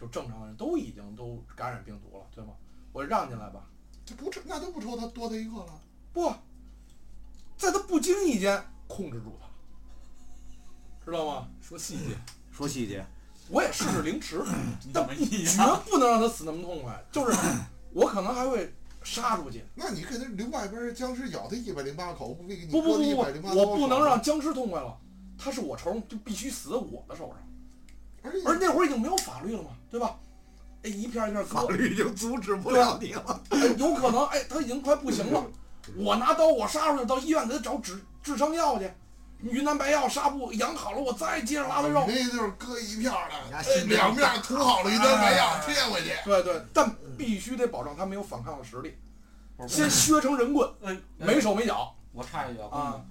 S3: 就正常人都已经都感染病毒了，对吗？我让进来吧。
S2: 这不那就不愁他多他一个了。
S3: 不，在他不经意间控制住他，知道吗？
S5: 说细节，
S4: 说细节，
S3: 我也试试凌迟，
S1: 嗯你怎
S3: 但
S1: 么一
S3: 绝
S1: 样？
S3: 不能让他死那么痛快。就是我可能还会杀出去，
S2: 那你给他留外边僵尸咬他一百零八口，不比给你
S3: 不不
S2: 多
S3: 不
S2: 一
S3: 不
S2: 百零八
S3: 不，
S2: 口
S3: 我不能
S2: 爽吗
S3: 让僵尸痛快了，他是我仇人，就必须死在我的手上。
S2: 而且
S3: 而那会儿已经没有法律了嘛，对吧？哎，一片一片
S4: 法
S3: 割，
S4: 律已经阻止不了你了。
S3: 哎有可能哎，他已经快不行了，
S2: 嗯
S3: 我拿刀我杀出去，到医院给他找止止伤药去，云南白药纱布养好了，我再接着拉他肉
S2: 你。那就是割一片儿
S4: 你
S2: 的，
S4: 家心
S2: 两面涂好了一单白药
S3: 哎
S2: 贴回去。
S3: 对对，但必须得保证他没有反抗的实力，
S1: 不是
S3: 先削成人棍，
S1: 呃
S3: 没手没脚
S1: 我插一句啊，姑
S3: 啊
S1: 娘，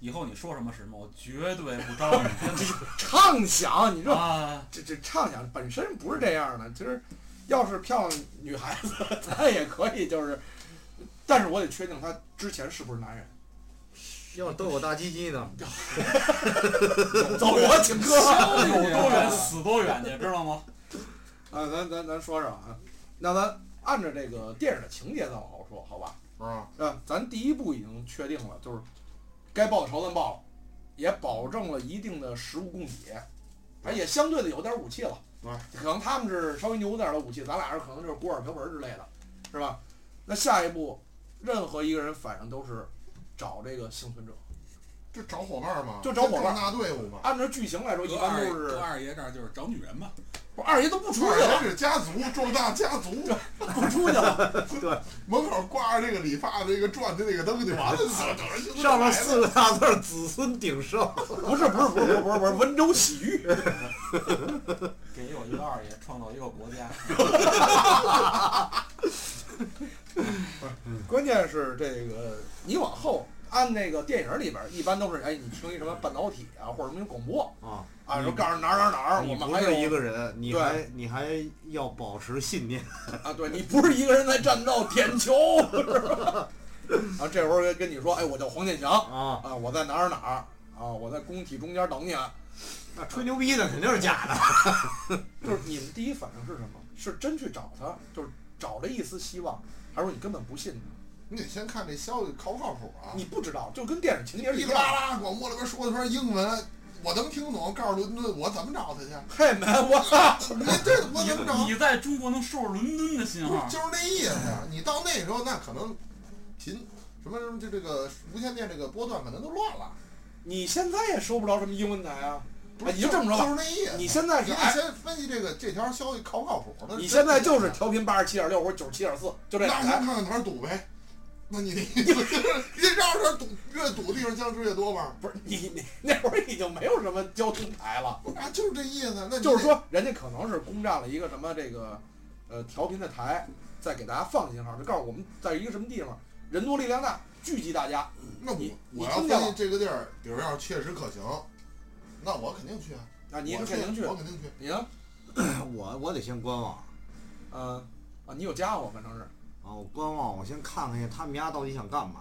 S1: 以后你说什么什么，我绝对不招 你，真
S3: 畅想，你
S1: 的
S3: 这
S1: 啊！
S3: 这这畅想本身不是这样的，其实要是漂亮女孩子，咱也可以就是，但是我得确定她之前是不是男人，
S4: 要都有大鸡鸡呢，
S3: 走我请客。
S1: 有 多
S3: 哎
S1: 远死多远去，知道吗？
S3: 啊，咱咱咱说说啊，那咱按照这个电影的情节咱往后说，好吧？
S2: 啊，
S3: 啊，咱第一步已经确定了，就是该报的仇咱报了，也保证了一定的食物供给，哎，也相对的有点武器了。
S2: 对
S3: 可能他们是稍微牛点儿的武器，咱俩是可能就是锅碗瓢盆之类的，是吧？那下一步，任何一个人反正都是找这个幸存者。
S2: 就找伙伴嘛，
S3: 就找伙伴
S2: 壮大队伍嘛。
S3: 按照剧情来说，一
S5: 搁
S3: 般
S5: 二
S3: 都是
S5: 搁二爷这儿就是找女人嘛，
S3: 不是二爷都不出去
S2: 而
S3: 了，
S2: 且是家族壮大家族，
S3: 不出去了，
S2: 门口挂着这个理发的这个转的那个灯就 完了，等着就
S4: 上
S2: 来
S4: 面四个大字儿“子孙鼎盛
S3: 不是不是不是不是不是温州洗浴。
S1: 给我一个二爷，创造一个国 家。
S3: 啊关键是这个，你往后按那个电影里边儿，一般都是哎，你听一什么半导体啊，或者什么广播”
S4: 啊！
S3: 啊，就告诉哪儿哪儿哪儿，我
S4: 你
S3: 们
S4: 不
S3: 还
S4: 是一
S3: 有
S4: 个人，你
S3: 对
S4: 还你还要保持信念。
S3: 啊，对你不是一个人在战斗，点球， 是吧？然后这会儿跟你说，哎，我叫黄健翔
S4: 啊，
S3: 啊，我在哪儿哪儿啊，我在工体中间等你啊。
S4: 那吹牛逼的肯定是假的。
S3: 就是你们第一反应是什么？是真去找他，就是找了一丝希望，还是说你根本不信他？
S2: 你得先看这消息靠不靠谱啊！
S3: 你不知道，就跟电影情节是
S2: 噼
S3: 一
S2: 里
S3: 样
S2: 啪
S3: 的。
S2: 啦广播里边说的全是英文，我怎么听不懂？告诉伦敦，我怎么找他 去？
S3: 嘿，man，我
S2: 你这我怎么找？
S1: 你你在中国能收拾伦敦的信号？
S2: 就是那意思。啊你到那时候，那可能频什么什么，就这个无线电这个波段可能都乱了。
S3: 你现在也收不着什么英文台啊。
S2: 不是，
S3: 哎你就这么着吧
S2: 就是那意思。
S3: 你现在
S2: 你
S3: 是
S2: 得先分析这个这条消息靠不靠谱。那
S3: 你现在就是调频八十七点六或者九十七点四，就这
S2: 那
S3: 两
S2: 先
S3: 台。
S2: 看看哪儿堵呗。那你的意思就是越绕这儿堵，越堵地方僵尸越多吗？
S3: 不是你你那会儿已经没有什么交通台了，
S2: 啊，就是这意思。那你
S3: 就是说人家可能是攻占了一个什么这个呃调频的台，再给大家放信号，就告诉我们在一个什么地方，人多力量大，聚集大家。
S2: 那我
S3: 你
S2: 我
S3: 你
S2: 要
S3: 听见
S2: 分
S3: 了
S2: 析这个地儿，比如要是确实可行，那我肯定去啊。
S3: 啊，你
S2: 我
S3: 肯定去
S2: 我，肯定去。
S3: 你呢？
S4: 我我得先观望
S3: 嗯啊，你有家伙，反正是
S4: 啊，我观望，我先看看去他们家到底想干嘛。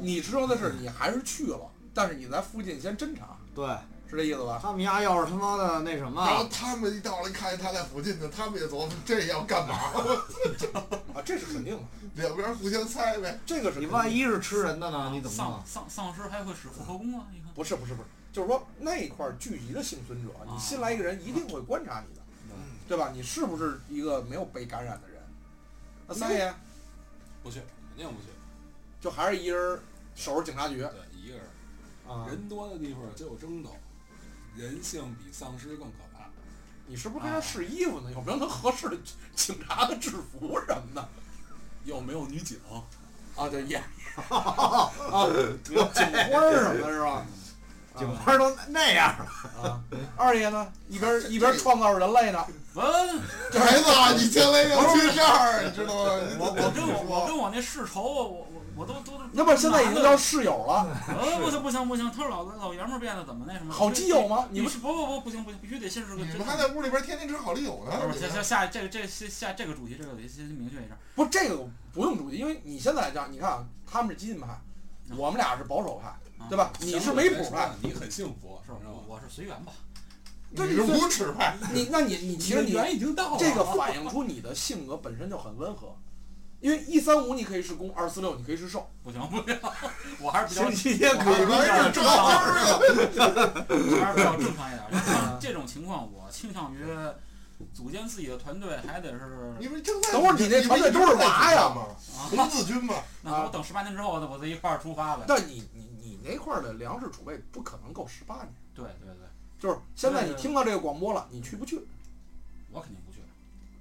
S3: 你知道的是你还是去了，但是你在附近先侦查，
S4: 对
S3: 是这意思吧？
S4: 他们家要是他妈的那什
S3: 啊
S2: 然后
S4: 么，
S2: 他们一到了，看见他在附近呢，他们也琢磨这要干嘛，
S3: 啊，这是肯定的，
S2: 两边互相猜 呗。
S3: 这个是
S4: 你
S3: 肯定的
S4: 万一是吃人的呢？你怎么弄
S3: 啊
S1: 丧？丧丧尸还会使复合弓啊？你看，
S3: 不是不是不是，就是说那一块儿聚集的幸存者，你新来一个人一定会观察你的，
S1: 嗯
S3: 对吧？你是不是一个没有被感染的人？那三爷
S5: 不去，肯定不去。
S3: 就还是一人守着警察局
S5: 对，一个人，
S3: 啊？
S5: 人多的地方就有争斗，人性比丧尸更可怕。
S3: 你是不是跟他试衣服呢？有没有能合适的警察的制服什么的？
S5: 又没有女警，
S3: 啊，对， 也啊，警徽儿什么的是吧？
S4: 警官都那样了，
S3: 啊，二爷呢？一边一边创造人类呢，
S1: 嗯，
S2: 孩子啊，你将来要去这儿，你知道吗？你
S1: 我我跟我我
S2: 说
S1: 跟我那世仇，啊我我我都都
S3: 那不是现在已经叫室友了，
S1: 呃，不行不行不行，他是老老爷们儿变得怎么那什么？
S3: 好基友吗？你
S1: 你
S3: 们
S1: 们是不不不不行不行，必须得先是个
S2: 你
S1: 真
S2: 们还在屋里边天天吃好丽友呢
S1: 不，是
S2: 你
S1: 下
S2: 们
S1: 下下这个这下下这个主题这个得先明确一下，
S3: 不，这个不用主题，因为你现在这样，你看啊，他们是激进派，
S1: 嗯
S3: 我们俩是保守派，
S1: 嗯
S3: 对吧？你是没谱派，
S5: 吧？你很幸福，
S1: 是
S5: 知道
S1: 我
S5: 吗？
S1: 我是随缘吧，
S3: 对
S2: 你是无耻派，
S3: 你那你你其实
S5: 的
S3: 你
S5: 缘已经到了，
S3: 这
S1: 啊
S3: 个反映出你的性格本身就很温和，因为一三五你可以是攻，二四六你可以是受，
S1: 不行不行，我还是比较
S4: 星期天可
S2: 你
S4: 以
S2: 们是照片儿啊！
S1: 我还是比较正常一 点。像这种情况，我倾向于组建自己的团队，还得是
S2: 你们正在
S3: 等会儿你那团队都是娃呀
S2: 吗？
S1: 啊，
S2: 红子军嘛，
S1: 那
S3: 啊
S1: 我等十八年之后，我再一块儿出发呗。
S3: 但你你你那块儿的粮食储备不可能够十八年，
S1: 对对对，
S3: 就是现在
S1: 对
S3: 你
S1: 对
S3: 听到这个广播了，你去不去？
S1: 我肯定不去。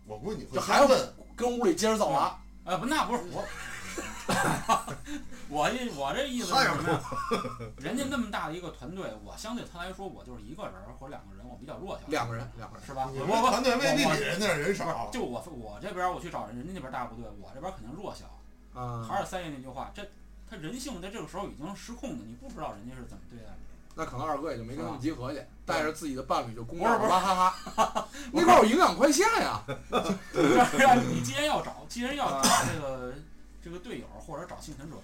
S2: 我估计你会
S3: 就还有
S2: 先问，
S3: 跟屋里接着造娃，
S1: 啊，不，那不是我，我这我这意思是什么呀？人家那么大的一个团队，我相对他来说，我就是一个人儿或者两个人，我比较弱小，
S3: 两个人，两个人，
S1: 是吧？
S2: 你
S1: 我
S2: 们
S1: 我
S2: 团队未必
S1: 我
S2: 比人家人
S1: 我
S2: 少。
S1: 就我我这边儿我去找人家那边儿大部队，我这边儿肯定弱小。还
S3: 啊，
S1: 是三爷那句话，这他人性在这个时候已经失控了，你不知道人家是怎么对待你。
S3: 那可能二哥也就没跟他们
S1: 是吧
S3: 集合去，带着自己的伴侣就公
S1: 啊不是不
S3: 干
S1: 是
S3: 娃哈哈， 那块儿有营养快线呀，
S1: 这样你既然要找，既然要找这个这个队友或者找幸存者，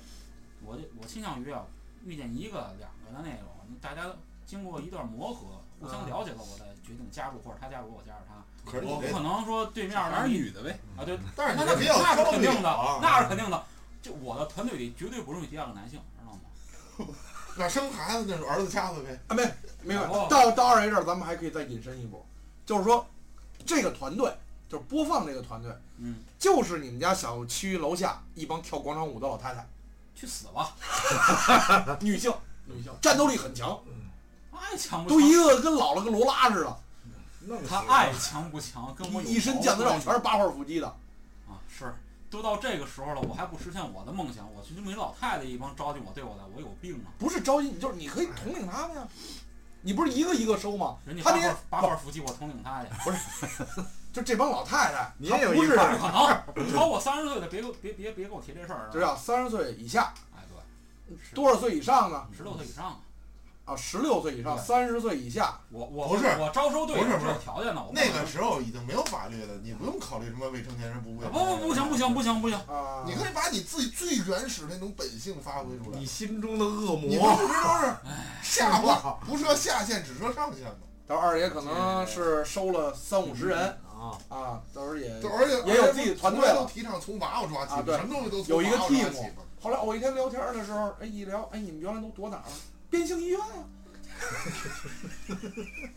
S1: 我就我倾向于啊，遇见一个两个的那种，大家经过一段磨合，互相了解了，我再决定加入或者他加入我加入他。
S2: 可是你
S1: 我不
S2: 这，
S1: 可能说对面
S5: 还
S1: 儿
S5: 是女的呗，
S1: 啊，对，
S2: 但是
S1: 那
S2: 你
S1: 那
S2: 这比较
S1: 那是
S2: 高
S1: 肯定的
S2: 啊，，
S1: 那是肯定的。就我的团队里绝对不容易第二个男性，知道吗？
S2: 那生孩子那是儿子掐死呗。
S3: 没有
S1: 哦，
S3: 到到二爷这儿，咱们还可以再引申一步，就是说，这个团队就是播放这个团队，
S1: 嗯，
S3: 就是你们家小区楼下一帮跳广场舞的老太太，
S1: 去死吧！
S4: 啊
S3: 女性，女性，战斗力很强，
S1: 爱强不
S3: 都
S1: 强
S3: 一个跟老了跟罗拉似的，
S4: 弄
S1: 他
S4: 死我
S1: 爱强不强，跟我有
S3: 一身
S1: 毛
S3: 腱子肉
S1: 关系
S3: 全是八块腹肌的，
S1: 啊，是，都到这个时候了，我还不实现我的梦想，我去这么一老太太一帮糟践我，对我来，我有病啊！
S3: 不是着急，你就是你可以统领他们呀，你不是一个一个收吗？
S1: 人家
S3: 他
S1: 八
S3: 那
S1: 块
S3: 些
S1: 八块腹肌，我统领他去，
S3: 就这帮老太太，
S4: 你
S3: 她
S4: 也有
S3: 不
S4: 一
S3: 是
S4: 半
S1: 不可能，超过三十岁的别给我别别别跟我提这事儿啊！
S3: 就是要三十岁以下，
S1: 哎，
S2: 嗯
S1: 是
S3: 多少岁以上呢？
S1: 对，十六岁以上啊，
S3: 啊，十六岁以上，
S1: 对
S3: 三十岁以下，
S1: 我我
S2: 不是
S1: 我招收队
S2: 不是
S1: 友
S2: 不
S1: 有
S2: 是
S1: 条件的，我不
S2: 那
S1: 可
S2: 个
S1: 能
S2: 时候已经没有法律了，你不用考虑什么未成年人不未
S1: 啊
S2: 成
S1: 不
S2: 年人
S1: 不不行不行不行不行，
S3: 啊，
S2: 你可以把你自己最原始那种本性发挥出来。
S4: 你心中的恶
S2: 你
S4: 魔
S2: 们一直都是
S1: 哎
S2: 下
S4: 是吧
S2: 不不设下限，只设上限嘛。
S3: 到时候二爷可能是收了三五十人
S4: 啊！
S3: 啊，到时候也
S2: 就而且
S3: 也有自己的团队了
S2: 从来都提倡从娃娃抓起
S3: 啊，对
S2: 什么东西都从
S3: 有一个
S2: 娃娃抓起
S3: team。后来我一天聊天的时候，哎，一聊，哎，你们原来都躲哪儿了？变性医院啊！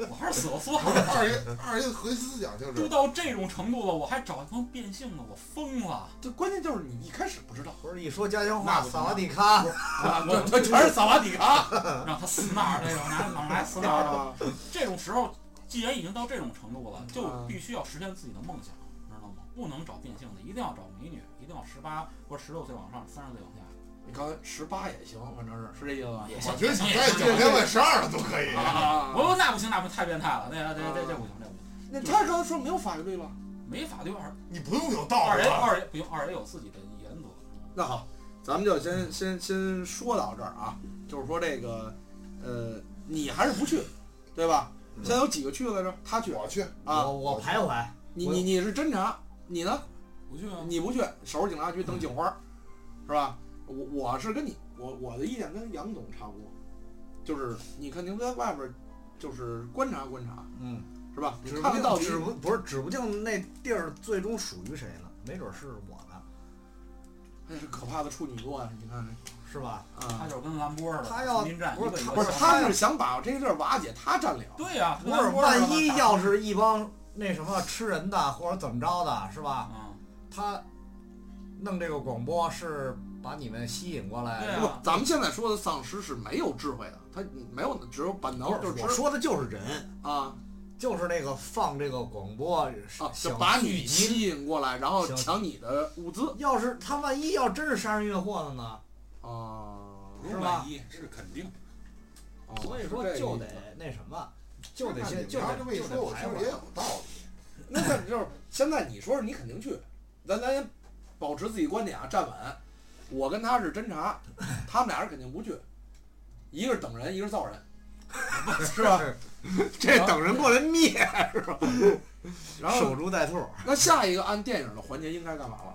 S1: 我还是死了算
S2: 不是
S1: 了。
S2: 二爷，二爷的核心思想就
S1: 都
S2: 是
S1: 到这种程度了，我还找一帮变性的，我疯了！
S3: 这关键就是你一开始不知道，
S4: 不是一说家乡
S1: 那
S4: 话，
S1: 不行
S4: 萨瓦迪卡，
S1: 啊
S3: 这这全是萨瓦迪卡
S1: 让他死那儿去，我拿往哪儿死哪儿去。
S3: 啊！
S1: 这种时候，既然已经到这种程度了，就必须要实现自己的梦想，知道吗？不能找变性的，一定要找美女，一定要十八或者十六岁往上，三十岁往下。
S3: 你刚才十八也行，反正是是这意思吧？
S1: 也
S2: 我觉得
S1: 行
S2: 你
S1: 也
S2: 再
S1: 行
S2: 就连问十二了都可以。
S3: 啊
S1: 我说那不行，那不行，太变态了，那那那这不行，这不行，
S3: 那他刚才说没有法律了，
S1: 没法对二
S2: 你不用有道
S1: 二
S2: 理啊
S1: 爷
S2: 了。
S1: 二爷不行，二爷有自己的原则。
S3: 那好，咱们就先先先说到这儿啊，就是说这个，呃，你还是不去，对吧？
S2: 嗯
S3: 现在有几个去来着？他去
S2: 我去，
S3: 啊
S4: 我，我徘徊，
S3: 你
S4: 我
S3: 你你是侦查，你呢？
S1: 不去啊，
S3: 你不去，守着警察局等警花，是吧？我我是跟你，我我的意见跟杨总差不多，就是你肯定在外边，就是观察观察，
S4: 嗯，
S3: 是吧？你
S4: 指不
S3: 看看到
S4: 定
S3: 底
S4: 指不不是指不定那地儿最终属于谁呢，没准是我呢，
S3: 那是哎可怕的处女座呀、你看
S4: 是吧？
S3: 这
S1: 他
S3: 啊，
S1: 就是跟兰波似的，
S4: 他要
S1: 丛林战
S4: 不是
S1: 一个一
S4: 他啊
S1: 个
S3: 不是，
S1: 上
S3: 他是想把这个地儿瓦解，他占领。
S1: 对呀，
S4: 不
S1: 跟
S4: 是，
S1: 兰波似的
S4: 万一要是一帮那什么吃人的或者怎么着的，是吧？
S1: 嗯，
S4: 他弄这个广播是把你们吸引过
S1: 对
S4: 来，
S1: 啊
S3: 不，咱们现在说的丧尸是没有智慧的，他没有，只有本能，就
S4: 不
S3: 是是
S4: 我
S3: 知
S4: 说的就是人，
S3: 啊
S4: 就是那个放这个广播
S3: 啊，就
S4: 想
S3: 把
S4: 聚
S3: 你
S4: 集
S3: 吸引过来，然后
S4: 行
S3: 抢你的物资
S4: 要是他万一要真是杀人越货的呢？
S3: 啊，
S5: 不
S4: 是
S5: 用
S4: 吧
S5: 万一，是肯定。
S3: 哦
S4: 所以
S3: 是
S4: 说
S3: 这个
S4: 就
S3: 意
S4: 得
S3: 思
S4: 那什么，就得
S2: 你
S4: 先
S2: 们
S4: 就
S2: 要
S4: 得
S2: 这么一
S4: 就得啊
S2: 说，我
S4: 徘
S2: 其实也
S4: 徊
S2: 有。道理。
S3: 那那你就是现在你说是你肯定去，咱咱先保持自己观点啊，站稳。我跟他是侦查，他们俩人肯定不去，一个是等人，一个是造人，是吧？
S4: 这等人过来灭，
S3: 然后
S4: 守株待兔，
S3: 那下一个按电影的环节应该干嘛了？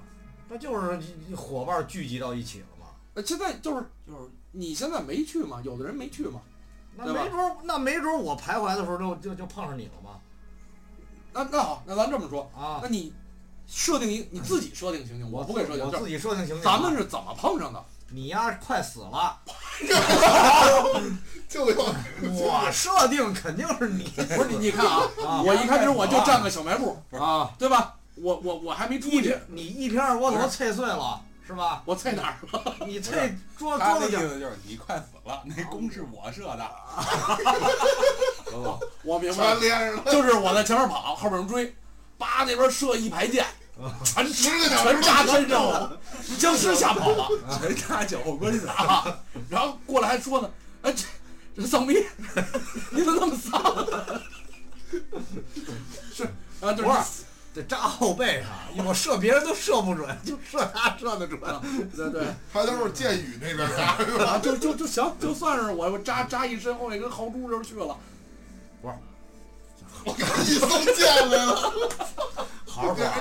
S4: 那就是伙伴聚集到一起了嘛。
S3: 那呃现在就是
S1: 就是
S3: 你现在没去嘛，有的人没去嘛，
S4: 那
S3: 对吧
S4: 没准儿，那没准儿我徘徊的时候就就就碰上你了嘛。
S3: 那那好，那咱这么说，
S4: 啊，
S3: 那你设定一你自己设定情景，我不给设定，
S4: 我
S3: 就是
S4: 自己设定情景。啊
S3: 咱们是怎么碰上的？
S4: 你呀，快死了，
S2: 就要
S4: 我设定肯定是你
S3: 不是你你看啊，
S4: 啊
S3: 我一开始我就站个小卖部，
S4: 啊！
S3: 对吧？我我我还没出
S4: 一
S3: 去，
S4: 你一瓶二锅头碎碎了是吧？
S3: 我在哪儿？
S4: 你这桌
S5: 他
S4: 桌
S5: 的
S4: 子
S5: 意
S4: 角
S5: 思就是你快死了，那弓是我射的，懂吗？
S3: 我明白了
S2: 全。连上了。
S3: 就是我在前面跑，后边有人追，叭那边射一排箭，全
S2: 十个小时
S3: 全扎身上了，僵尸吓跑了。
S5: 全扎脚后跟上，
S3: 啊， 然后过来还说呢，哎，这这丧逼， 你怎么那么丧？ 是啊，就是
S4: 不是得扎后背上，我射别人都射不准，就射他射得 准。
S3: 对对，
S2: 他都是剑雨那边的，
S3: 啊，就就就行，就算是我我扎扎一身后背跟豪猪就去了。
S2: 我给你送剑来了。
S4: 好好 说啊，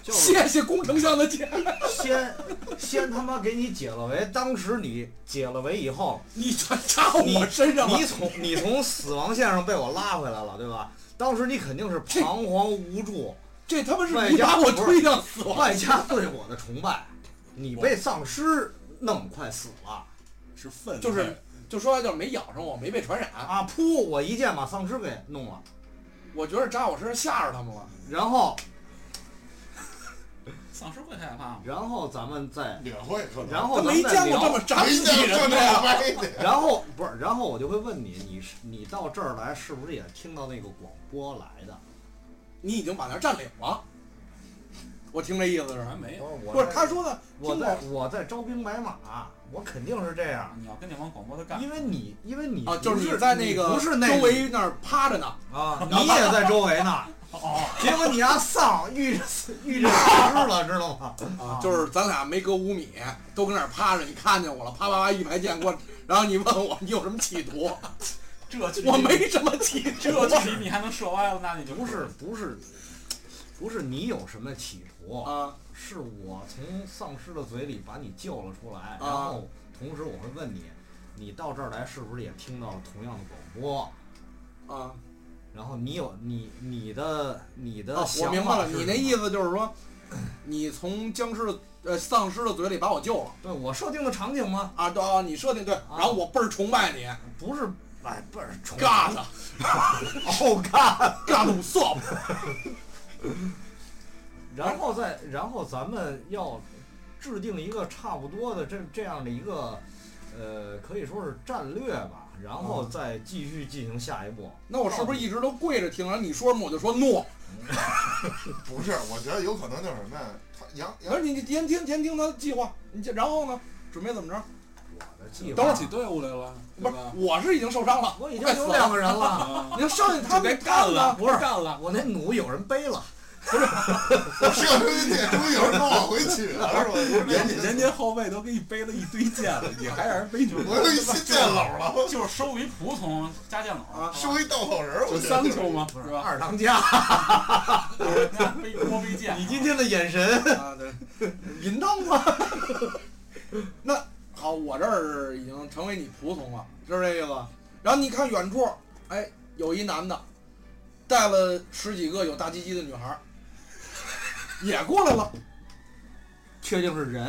S4: 就是
S3: 谢谢工程上的姐，
S4: 先先他妈给你解了围，当时你解了围以后，
S3: 你全扎我身上了
S4: 你。从你从死亡线上被我拉回来了，对吧？当时你肯定是彷徨无助，
S3: 这他妈是你把我推向死亡。
S4: 外加对我的崇拜，你被丧尸弄快死了
S5: 是粪，
S3: 就是就说就是没咬上我，没被传染。
S4: 啊！噗，我一剑把丧尸给弄了，
S3: 我觉得扎我身上吓着他们了。
S4: 然后
S1: 丧尸会害怕吗？
S4: 然后咱们再，
S2: 也会可能，
S4: 然后
S3: 他
S4: 咱
S3: 没
S4: 们再
S3: 见过这
S4: 聊
S3: 么扎
S2: 没
S3: 自己
S2: 见
S3: 人
S2: 过
S3: 的
S2: 那
S3: 哎呀
S2: 么！歪 的。
S4: 然后不是，然后我就会问你，你是你到这儿来是不是也听到那个广播来的？
S3: 你已经把那儿占领了。我听这意思是，
S1: 还没有。
S4: 哦我
S3: 不是
S4: 在
S3: 他说的，
S4: 我
S3: 听
S4: 在
S3: 过
S4: 我在招兵买马，我肯定是这样，
S1: 你要跟那帮广播的干，
S4: 因为你因为你
S3: 啊，就是
S4: 不
S3: 你
S4: 是
S3: 在那个
S4: 你不是那
S3: 周围那儿趴着呢，
S4: 啊， 你也在周围呢。
S1: 哦，
S4: 结果你丫丧遇着遇着丧尸了，知道吗？
S3: 啊，就是咱俩没隔五米，都跟那儿趴着，你看见我了，啪啪啪一排箭过来，然后你问我你有什么企图，
S1: 这距离
S3: 我没什么企图，
S1: 这距离你还能射歪了，那你就
S4: 不是不是不是你有什么企图，
S3: 啊，
S4: 是我从丧尸的嘴里把你救了出来，
S3: 啊
S4: 然后同时我会问你，你到这儿来是不是也听到了同样的广播？
S3: 啊，
S4: 然后你有你你的你的
S3: 啊我
S4: 想法
S3: 明白了，
S4: 是
S3: 你
S4: 什
S3: 那
S4: 么
S3: 意思就是说，你从僵尸的呃丧尸的嘴里把我救了
S4: 对我设定的场景吗？
S3: 啊，对啊，你设定对，然后我倍儿崇拜你
S4: 不是，哎，不是重
S3: ，God
S4: 哦尬。
S3: God 五 s o
S4: 然后再然后咱们要制定一个差不多的这这样的一个呃，可以说是战略吧，然后
S3: 嗯
S4: 再继续进行下一步。
S3: 那我是不是一直都跪着听？然后你说什么我就说 no。
S2: 不是，我觉得有可能就是什么呀？他杨
S3: 然后
S2: 杨
S3: 你你先听先听他的计划，你这然后呢？准备怎么着？
S4: 我的计划
S3: 等会儿
S5: 起队伍来了，
S3: 不
S5: 对
S3: 是
S5: 吧，？
S3: 我是已经受伤了，
S4: 我已经
S3: 快死
S4: 有
S3: 了
S4: 两个人了，
S5: 啊
S3: 你要剩下他
S5: 就该
S3: 们
S5: 干了
S3: 不是干了，
S4: 我那弩有人背了，
S2: 我射出去那东西有人往回取了，是吧？
S5: 人家人家后卫都给你背了一堆剑了，你 还让人背你？
S2: 我有一新剑篓了，
S1: 就是收一仆从加剑篓，
S3: 啊
S2: 收一稻草人儿，我
S5: 就
S2: 觉得
S5: 三
S2: 就是
S5: 球嘛，
S4: 不
S5: 是吧？
S4: 二当家。
S1: 背锅背剑。
S4: 你今天的眼神，
S3: 啊，对，淫荡吗？ 那好，我这儿已经成为你仆从了，是这意思吧。然后你看远处，哎，有一男的，带了十几个有大鸡鸡的女孩儿， 也过来了。
S4: 确定是人，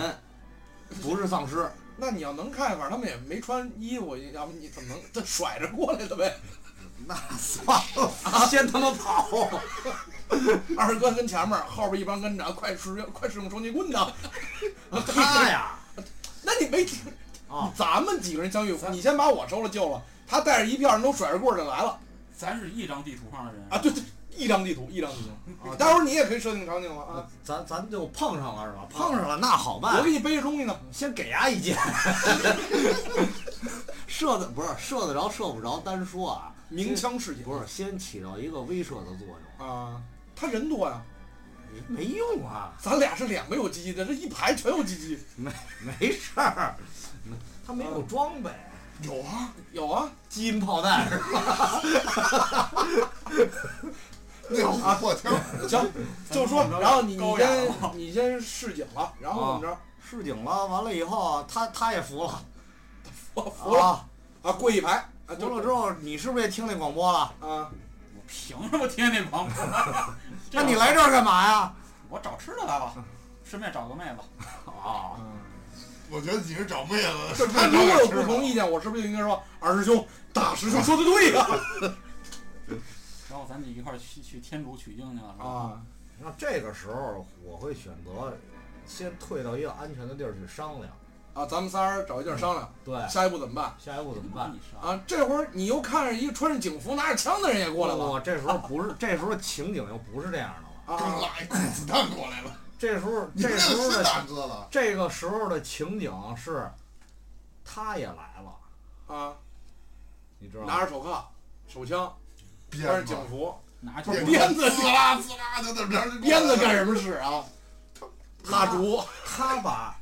S4: 不是丧尸。
S3: 那你要能看，反正他们也没穿衣服，要不你怎么能这甩着过来的呗？
S4: 那算了，先他妈跑。
S3: 二哥跟前面，后边一帮跟着，快使快使用双截棍呢！
S4: 他呀，
S3: 那你没听
S4: 啊，
S3: 咱们几个人相遇，你先把我收了救了，他带着一票人都甩着棍儿就来了
S1: 咱是一张地图上的人
S3: 啊！，对对，一张地图，一张地图。
S4: 啊
S3: 待会儿你也可以设定场景了啊！
S4: 呃咱咱就碰上了是吧？碰上了那好办，
S3: 我给你背着东西呢，
S4: 先给伢一箭， 射的不是射得着射不着，单说啊，
S3: 鸣枪示警。
S4: 不是先起到一个威慑的作用，
S3: 啊，他人多呀，
S4: 没用啊，
S3: 咱俩是两个有鸡鸡的，这一排全有鸡鸡。
S4: 没事儿，嗯他没有装备，
S2: 有啊，
S3: 有啊，
S4: 基因炮弹是吧
S2: 那有琥珀听，
S3: 行，就说，然后你你
S1: 高雅
S3: 先
S1: 了
S3: 你先示警了，然后怎么着？
S4: 示警了，完了以后他他也服了，
S3: 我服了
S4: 啊，
S3: 啊，跪一排啊，
S4: 服
S3: 就
S4: 了之后你是不是也听那广播了？
S3: 啊，
S1: 我凭什么听那广播？
S4: 那你来这儿干嘛呀？
S1: 我找吃的来吧，顺便找个妹子。
S4: 啊，
S2: 我觉得你是找妹子，
S3: 就是他如果有不同意见，我是不是就应该说二师兄、大师兄说的对呀？
S1: 然后咱就一块儿去去天竺取经去了，是吧？
S3: 啊，
S4: 那这个时候我会选择先退到一个安全的地儿去商量，
S3: 啊，咱们仨人找一地儿商量，
S4: 对，
S3: 下一步怎么办
S4: 下一步怎么
S1: 把
S4: 办？
S1: 你杀了。
S3: 啊？这会儿你
S4: 哦
S3: 又看着一个穿着警服、拿着枪的人也过来了
S4: 我这时候不是，这时候情景又不是这样的了。
S2: 刚
S3: 啊，
S2: 拉一裤子弹过来了，
S4: 这时候
S2: 你
S4: 这
S2: 们
S4: 时
S2: 这
S4: 候
S2: 个新
S4: 的
S2: 大哥了，
S4: 这个时候的情景是，他也来了，
S3: 啊，
S4: 你知道
S3: 拿
S4: 吗？
S3: 着手铐、手枪，
S2: 鞭
S3: 穿着
S2: 子
S3: 警服，
S1: 拿出
S2: 鞭
S1: 来
S3: 鞭子
S2: 滋啦滋啦的，怎么着？
S3: 鞭子干什么使啊？蜡烛
S4: 他把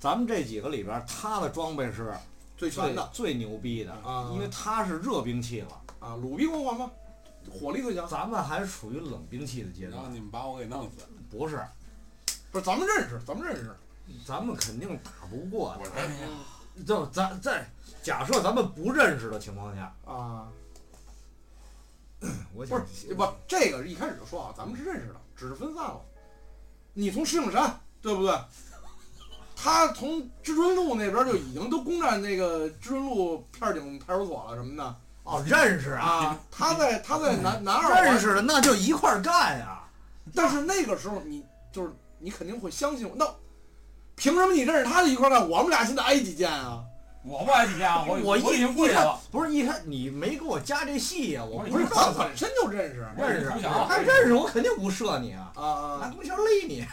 S4: 咱们这几个里边儿，他的装备是
S3: 最
S4: 最
S3: 全的
S4: 最牛逼的
S3: 啊，
S4: 因为他是热兵器了，
S3: 啊，鲁冰光环吗？火力最强，
S4: 咱们还处于冷兵器的阶
S5: 然后
S4: 段。
S5: 你们把我给弄死，
S4: 不是，
S3: 不是咱们认识，咱们认识。
S4: 咱们肯定打不过
S2: 我
S1: 哎
S2: 这
S1: 呀，
S4: 的。就咱在假设咱们不认识的情况下，
S3: 啊，不
S4: 我想
S3: 是不，这个是一开始就说啊，咱们是认识的，只是分散了。你从石景山，对不对？他从知春路那边就已经都攻占那个知春路片警派出所了什么的
S4: 哦，认识啊，
S3: 啊。他在他在南南啊二
S4: 认
S3: 环，
S4: 识的那就一块儿干呀、
S3: 但是那个时候你就是你肯定会相信我。那凭什么你认识他就一块儿干？我们俩现在挨几剑啊？
S1: 我不爱几家，我
S4: 我一
S1: 已经跪了，
S4: 不是一开你没给我加这戏呀、我
S1: 我
S4: 不
S3: 不
S4: 是
S3: 是，
S4: 告
S3: 咱
S4: 诉你
S3: 本身就认识啊
S1: 我
S4: 认识，
S1: 不想
S4: 还认识我肯定不射你啊，
S3: 啊
S4: 拿
S3: 啊
S4: 东西勒你。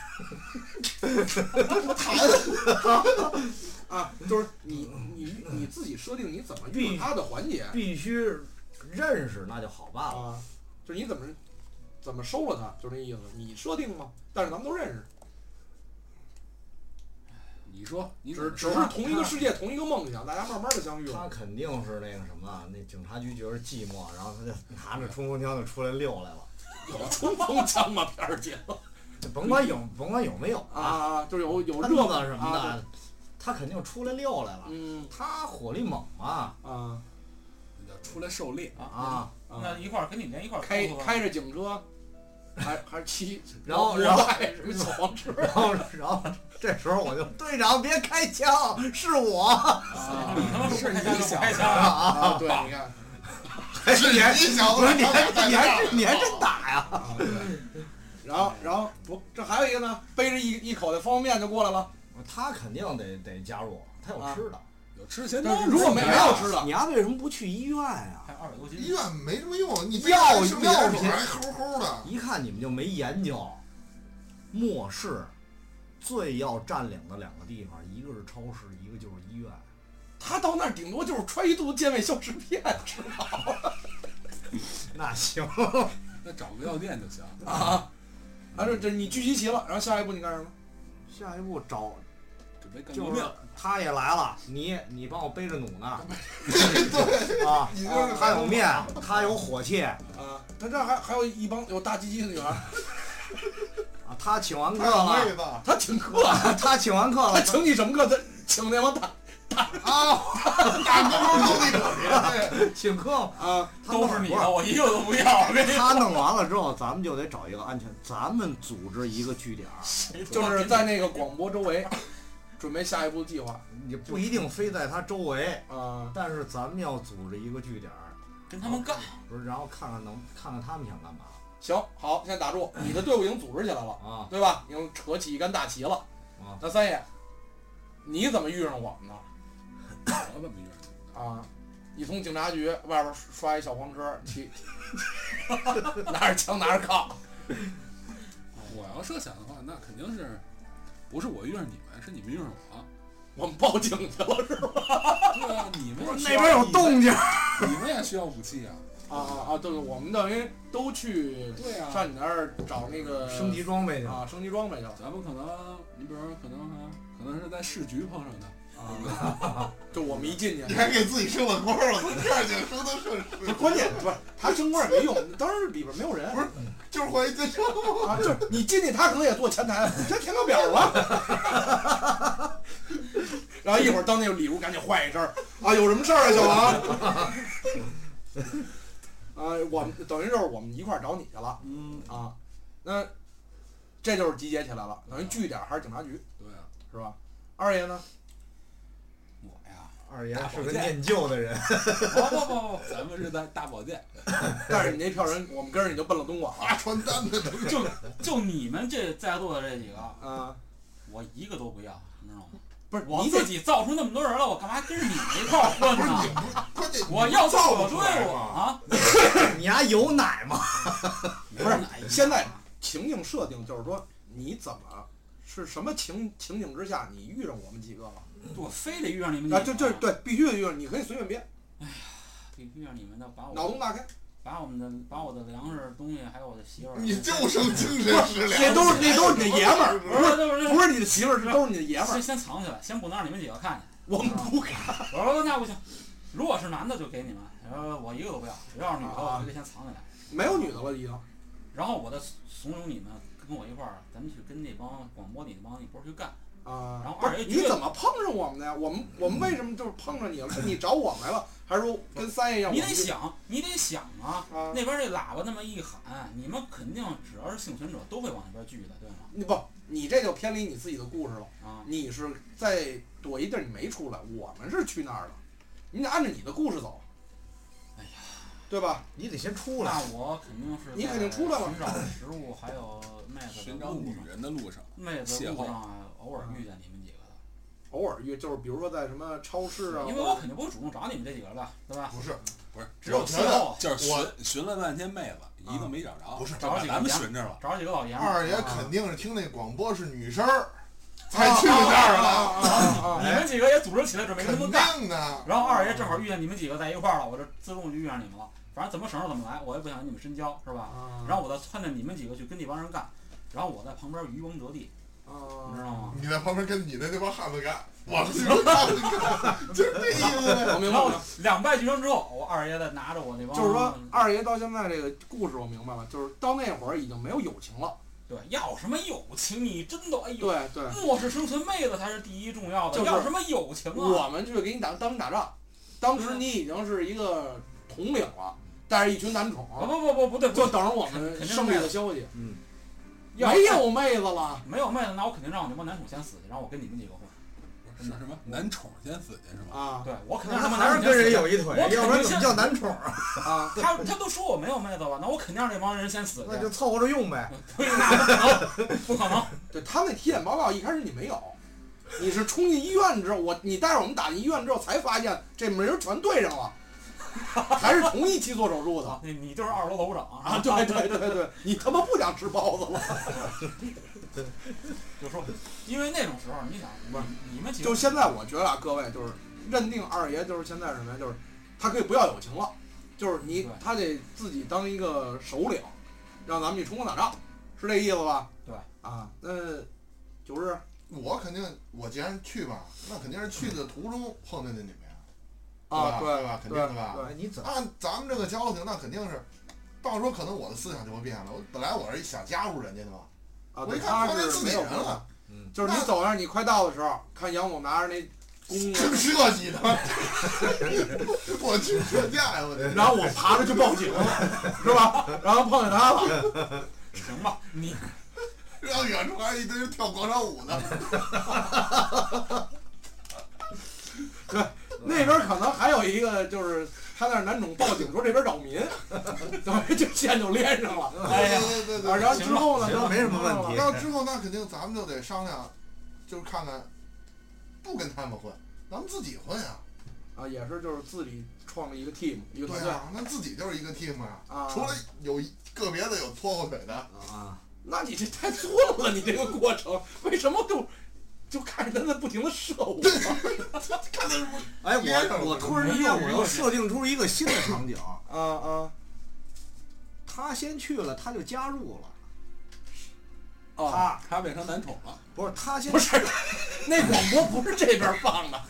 S3: 啊！就是你你你自己设定你怎么遇到他的环节。
S4: 必须认识，那就好办了。
S3: 啊，就是你怎么怎么收了他，就那意思。你设定吗？但是咱们都认识，
S5: 你说啊你
S3: 只
S5: 怎
S3: 只
S5: 么
S3: 是同一个世界，同一个梦想，大家慢慢的相遇了。
S4: 他肯定是那个什么，那警察局觉得寂寞，然后他就拿着冲锋枪就出来溜来了。
S3: 有冲锋枪吗？片儿姐
S4: 就甭管有甭管有没有，
S3: 啊，就是有有
S4: 他
S3: 热
S4: 热
S3: 闹
S4: 闹什么的，，啊他肯定出来溜来了。
S3: 嗯
S4: 他火力猛嘛
S3: 啊
S5: 叫出来狩猎？
S4: 啊，
S1: 那
S3: 啊，
S1: 一块儿跟你们一块儿
S3: 开
S1: 抽吧
S3: 开着警车，还还是骑，
S4: 然后
S3: 然
S4: 然后
S3: 后什么小黄车
S4: 然后然后这时候我就队长别开枪，是我。
S1: 你他妈说不开枪就不开枪啊，
S3: 啊？对，你看，
S2: 是你小
S4: 不
S2: 子，
S4: 是你还你还哦真你还真打呀？
S3: 啊对然后然后不，这还有一个呢，背着一一口袋方便面就过来了。
S4: 他肯定得得加入，他有吃的。
S5: 有吃咸
S3: 但
S5: 汤
S3: 是如果没
S4: 没
S3: 有吃的，
S4: 你丫为什么不去医院啊呀？
S1: 还有二百多斤
S2: 医，院没什么用，你
S4: 药
S2: 生理
S4: 药
S2: 盐水
S4: 品
S2: 还齁齁的，
S4: 一看你们就没研究。末世最要占领的两个地方，一个是超市，一个就是医院。
S3: 他到那儿顶多就是揣一肚子健胃消食片吃
S4: 那行，
S5: 那找个药店就行。
S3: 啊。啊，这这你聚集齐了，然后下一步你干什么？
S4: 下一步找
S5: 准备干革
S4: 就是
S5: 命，
S4: 他也来了，你你帮我背着弩呢
S2: 对，
S4: 啊。
S2: 你就是
S4: 他有面，他有火器啊！
S3: 啊，他这儿还还有一帮有大鸡鸡的女孩，
S4: 他请完课
S2: 太有
S4: 了，
S2: 妹子。
S3: 他请客，
S4: 他请完课
S3: 他
S4: 了，啊
S3: 请你什么客？他请那帮大
S2: 大哥们都那种人，
S4: 请客
S3: 啊，
S4: 他
S1: 都
S4: 弄
S1: 是你
S4: 不
S1: 的，我一个都不要，我跟你
S4: 他弄完了之后，咱们就得找一个安全，咱们组织一个据点儿，
S1: 说
S3: 就是在那个广播周围， 准备下一步计划
S4: 也不一定非在他周围，
S3: 啊。
S4: 但是咱们要组织一个据点儿，
S1: 跟他们干，
S4: 不是，然后看看能看看他们想干嘛
S3: 行，好，现在打住，你的队伍已经组织起来了，
S4: 啊
S3: 对吧？已经扯起一杆大旗了。
S4: 啊！
S3: 那三爷，你怎么遇上我们的？
S5: 我怎么约？
S3: 啊，你从警察局外边刷一小黄车，骑， 拿着枪拿着铐，
S5: 我要设想的话，那肯定是不是我遇上你们，是你们遇上我。
S3: 我们报警去了是 吧？
S5: 对啊，你们也需
S4: 那
S5: 要
S4: 边有
S5: 你们
S4: 动静，
S5: 你们也需要武器啊。
S3: 啊啊啊！对，我们等于都去
S5: 对啊，
S3: 上你那儿找那个
S4: 升级装备去了
S3: 啊，升级装备去了
S5: 咱们可能，你比如说可能啊，可能是在市局碰上的，
S3: 啊。就我们一进去
S2: 你，还给自己升了官了，从这儿去升到社
S3: 不是
S2: 区，
S3: 关键，不是他升官也没用，当时里边没有人
S2: 不就是怀疑自杀吗？
S3: 啊，就是你进去，他可能也坐前台，这填个表吧。然后一会儿到那个里屋赶紧换一身儿啊，有什么事儿啊，小王？ 啊，我们等于就是我们一块儿找你去了
S5: 嗯，
S3: 啊，那这就是集结起来了，等于据点还是警察局
S5: 对啊，
S3: 是吧？二爷呢？
S1: 我呀，
S4: 二爷是
S5: 大保
S4: 个
S5: 健
S4: 念旧的人，
S1: 不不不不，
S5: 哦咱们是在大保健，
S3: 但是你那票人，我们跟着你就奔了东莞
S2: 发传单的都
S1: 就就你们这在座的这几个，
S3: 了啊。
S1: 我一个都不要，你知道吗？
S3: 不是
S1: 我
S3: 你
S1: 自
S3: 得
S1: 己造出那么多人了，我干嘛跟着你们一块儿混
S2: 不是你
S1: 呢？
S2: 不是，关键
S1: 我要造
S2: 造
S1: 我啊
S2: 不出来
S1: 队伍
S2: 吗？
S1: 啊！
S4: 你丫有奶吗？
S5: 不
S3: 是现在情境设定，就是说你怎么是什么情情景之下你遇上我们几个了
S1: 我非得遇上你们几个
S3: 啊？这这对，必须得遇上，你可以随便编，
S1: 得遇上你们的，把
S3: 脑
S1: 我
S3: 洞大开，
S1: 把我们的把我的粮食东西，还有我的媳妇儿。
S2: 你就剩精神食粮，
S3: 这都是这都是你的爷们儿，
S1: 不是不是
S3: 不是你的媳妇儿，是都是你的爷们
S1: 先
S3: 儿，
S1: 先藏起来，先不能让你们几个看见。
S3: 我们不
S1: 啊
S3: 敢。
S1: 我说那不行，如果是男的就给你们，然后我一个都不要，只要是女的
S3: 啊
S1: 我就得先藏起来。
S3: 没有女的了已经。
S1: 然后我再怂恿你们跟我一块儿，咱们去跟那帮广播里那帮一波去干。
S3: 啊，
S1: 然后
S3: 不
S1: 二
S3: 是
S1: 爷
S3: 你
S1: 觉得
S3: 怎么碰上我们的呀？我们我们为什么就是碰上你了？是你找我来了，还是说跟三爷一样？
S1: 你
S3: 我
S1: 得
S3: 们就
S1: 想，你得想啊。
S3: 啊，
S1: 那边这喇叭那么一喊，你们肯定只要是幸存者都会往那边聚的，对吗？
S3: 你不，你这就偏离你自己的故事了。
S1: 啊，
S3: 你是在躲一地儿，你没出来，我们是去那儿了，你得按照你的故事走。
S1: 哎呀，
S3: 对吧？
S4: 你得先出来。
S1: 那我肯定是
S3: 你肯定出来了
S1: 寻找食物还有妹子
S5: 寻
S1: 的
S5: 找
S1: 路
S5: 女
S1: 上，
S5: 人的路上，
S1: 妹子的
S5: 邂
S1: 路
S5: 逅
S1: 上啊偶尔遇见你们几个的，
S3: 偶尔遇，就是比如说在什么超市啊，
S1: 因为我肯定不会主动找你们这几个的，对吧？
S2: 不是，
S5: 不是
S1: 只
S5: 只
S1: 有
S5: 有
S2: 觉
S1: 邂
S2: 得
S1: 逅，
S5: 就是
S2: 我
S5: 寻寻了半天妹子，一个没找
S4: 啊
S5: 着，
S2: 不是
S5: 就把咱们寻着了。
S1: 找几个老爷们儿。
S2: 二爷肯定是听那广播是女声儿才
S3: 啊
S2: 去那儿
S3: 啊
S2: 了，
S3: 啊啊啊
S1: 你们几个也组织起来准备跟
S2: 肯
S1: 他们干。
S2: 定的。
S1: 然后二爷正好遇见你们几个在一块儿了，我这自动就遇上你们了。反正怎么省着怎么来，我也不想跟你们深交，是吧？
S3: 啊！
S1: 然后我再撺着你们几个去跟那帮人干，然后我在旁边渔翁得利，
S3: 后
S1: 你知道吗？
S2: 你在旁边跟你的那帮汉子干，我是去汉子干，就是这意思。
S3: 我
S1: 然
S3: 明白
S1: 后
S3: 了，
S1: 两败俱伤之后，我二爷再拿着我那帮，
S3: 就是说二爷到现在这个故事我明白了，就是到那会儿已经没有友情了。
S1: 对，要什么友情？你真的哎呦，
S3: 对对，
S1: 末世生存妹子才是第一重要的，
S3: 就是
S1: 要什么友情啊？
S3: 我们去给你打当你打仗，当时你已经是一个统领了，带着一群男宠，
S1: 不不不不不对，不
S3: 就
S1: 对
S3: 等着我们胜利的消息。
S4: 嗯，
S1: 要
S3: 没有妹子了，
S1: 没有妹子，那我肯定让我那帮男宠先死去，然后我跟你们几个混。
S5: 不是什么男宠先死去是吗？
S3: 啊
S1: 对我肯定
S4: 那
S1: 让他们
S4: 还
S1: 男
S4: 是
S1: 宠先死
S4: 跟人
S1: 去。
S4: 有一腿
S1: 我，
S4: 要不然怎么叫
S1: 肯定
S4: 男宠啊？
S3: 啊！
S1: 他他都说我没有妹子了，那我肯定让这帮人先死去。
S4: 那就凑合着用呗。
S1: 对，那不可能，不可能。
S3: 对他那体检报告一开始你没有，你是冲进医院之后，我你带着我们打进医院之后才发现这门儿全对上了，还是同一期做手术的。
S1: 你你就是二楼楼长
S3: 啊，对对对对，你他妈不想吃包子了，
S1: 就说，因为那种时候，你想，不是你们几个
S3: 就现在，我觉得啊，各位就是认定二爷就是现在是什么呀？就是他可以不要友情了，就是你
S1: 对
S3: 他得自己当一个首领，让咱们去冲锋打仗，是这意思吧？
S1: 对
S3: 啊，那九日
S2: 我肯定，我既然去吧，那肯定是去的途中碰见的你们呀，
S3: 啊，
S2: 对吧
S3: 对
S2: 对吧？肯定的
S3: 对
S2: 吧？
S4: 哎你怎么？
S2: 按咱们这个交情，那肯定是，到时候可能我的思想就会变了。我本来我是想加入人家的嘛，
S3: 啊，
S2: 我
S3: 对，
S2: 一
S3: 他
S2: 看发现
S3: 是
S2: 自
S3: 没
S2: 己
S3: 有
S2: 人了，
S4: 嗯，
S3: 就是你走那儿，你快到的时候，看杨某拿着那弓啊，
S2: 正设计的，我去劝架呀，我得。
S3: 然后我爬着去报警了，是吧？然后碰见他
S4: 嗯
S3: 了，
S1: 行吧，你
S2: 让远处还一堆跳广场舞的，
S3: 那边可能还有一个就是他那儿男宠报警说这边扰民，对，就线就连上了。
S1: 哎呀
S2: 对对对
S3: 啊，
S2: 对
S3: 然后之后呢，
S4: 嗯行了
S3: 就
S4: 没什么问
S2: 对。
S4: 题
S2: 那之后那肯定咱们就得商量，就是看看，不跟他们混，咱们自己混啊。
S3: 啊，也是就是自己创了一个 team 一个团
S2: 对
S3: 队
S2: 啊，那自己就是一个 team 啊，
S3: 啊。
S2: 除了有一个别的有拖后腿的，
S4: 啊，
S3: 那你这太混了，你这个过程为什么就就看着他在不停的啊射我？
S2: 看他是不是
S4: 哎，
S2: 憋着了
S4: 我我突然之间我又设定出一个新的场景，
S3: 啊啊
S4: 他先去了，他就加入了，
S3: 啊！
S4: 他
S5: 哦他变成男宠 了，
S4: 不是他先
S3: 不是， 那广播不是这边放 的，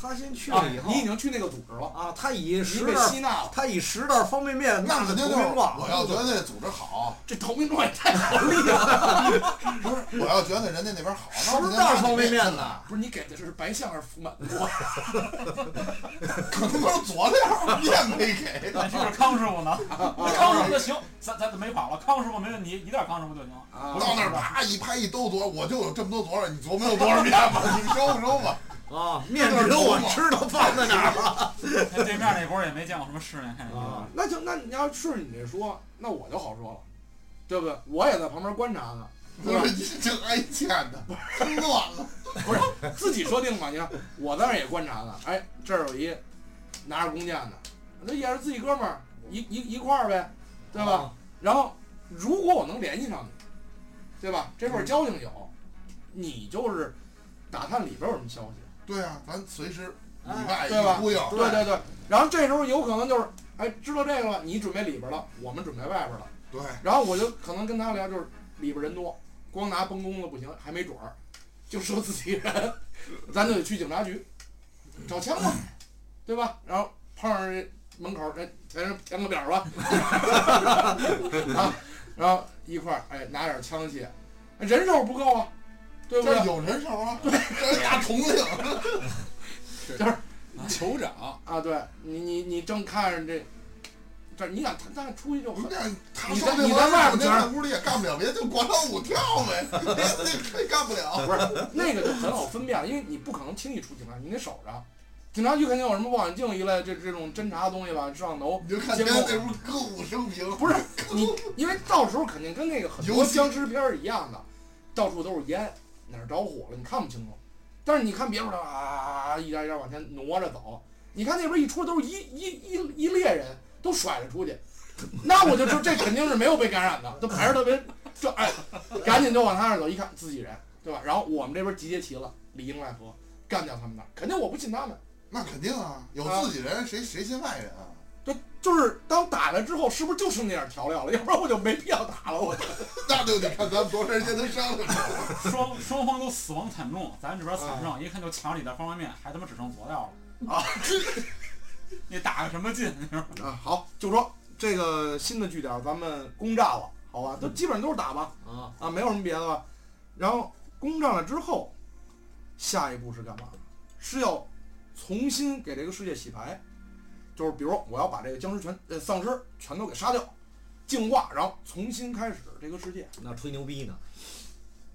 S4: 他先去
S3: 啊
S4: 了以后
S3: 你已经去那个组织了，
S4: 啊，他以
S3: 你
S4: 十
S3: 被
S4: 袋
S3: 吸纳了。
S4: 他以十袋方便面
S2: 那
S4: 纳
S2: 肯
S4: 的
S2: 定
S4: 投
S2: 就是
S4: 名状，
S2: 我要觉得那组织好，
S3: 这投名状也太好厉害了！
S2: 不是我要觉得人家那边好，那
S4: 十袋方便面呢，
S3: 不是你给的是白象还是福满锅？
S2: 可能都是佐料，面没给。
S1: 咱就是康师傅呢，那康师傅就行，咱咱没跑了，康师傅没问题，一袋康师傅就行。
S3: 啊
S2: 到那儿啪一拍一兜佐，我就有这么多佐料，你琢磨有多少面 吧？你收不收吧？
S4: 啊，面只有我知道放在哪儿了。
S1: 那对面那波也没见过什么世面，看见
S4: 啊
S3: 那就那你要顺着你这说，那我就好说了，对不对？我也在旁边观察呢，
S2: 不是你这挨欠的， 乱了。
S3: 自己说定嘛。你看我在那儿也观察呢，哎，这儿有一啊
S4: 啊
S3: 拿着弓箭的，那也是自己哥们儿，一一一块儿呗，对吧？然后如果我能联系上你，对吧？这份交情有，你就是打探里边有什么消息，
S2: 对啊，咱随时里
S4: 哎
S2: 外
S3: 对吧
S2: 一呼应，
S3: 对对对。然后这时候有可能就是，哎，知道这个了，你准备里边了，我们准备外边了。
S2: 对，
S3: 然后我就可能跟他聊，就是里边人多，光拿崩公子不行，还没准儿，就说自己人， 咱就得去警察局找枪吧，对吧？然后碰上这门口，哎，咱这填个表吧，啊， 然后一块儿哎拿点枪械，人手不够啊，对不
S2: 这
S3: 对
S2: 儿？有人手啊，这是大统领，
S5: 酋长，
S3: 啊，对你你你正看着这，这你想他他出去就
S2: 我
S3: 很
S2: 们这他
S3: 你在
S2: 上这
S3: 你在外
S2: 边
S3: 边
S2: 那屋里也干不了别的，就广场舞跳 呗，别的也干不了。
S3: 不是那个就很好分辨，因为你不可能轻易出警察，你得守着。警察局肯定有什么望远镜一类这这种侦查的东西吧，摄像头。
S2: 你就看
S3: 监
S2: 天
S3: 控
S2: 天那屋歌舞升平，
S3: 不是你，因为到时候肯定跟那个很多
S2: 尤其
S3: 僵尸片儿一样的，到处都是烟，哪儿着火了你看不清楚。但是你看别处的啊，一点一点往前挪着走，你看那边一出都是一一一一列人都甩着出去，那我就知道这肯定是没有被感染的，都排着特别这哎，赶紧就往他那儿走，一看自己人，对吧？然后我们这边集结齐了，里应外合，干掉他们那儿，肯定我不信他们。
S2: 那肯定啊，有自己人谁谁信外人啊？
S3: 就是当打了之后，是不是就剩那点调料了？要不然我就没必要打了。我就
S2: 那就得看咱们多长时间能商量。
S1: 双双方都死亡惨重，咱这边惨重，一看就墙里的方便面还他妈只剩佐料了
S2: 啊！
S1: 你打个什么劲？你说
S3: 啊，好，就说这个新的据点咱们攻占了，好吧？都基本上都是打吧，
S4: 嗯啊，
S3: 啊，没有什么别的吧。然后攻占了之后，下一步是干嘛？是要重新给这个世界洗牌，就是比如我要把这个僵尸全呃丧尸全都给杀掉，净化，然后重新开始这个世界。
S4: 那吹牛逼呢？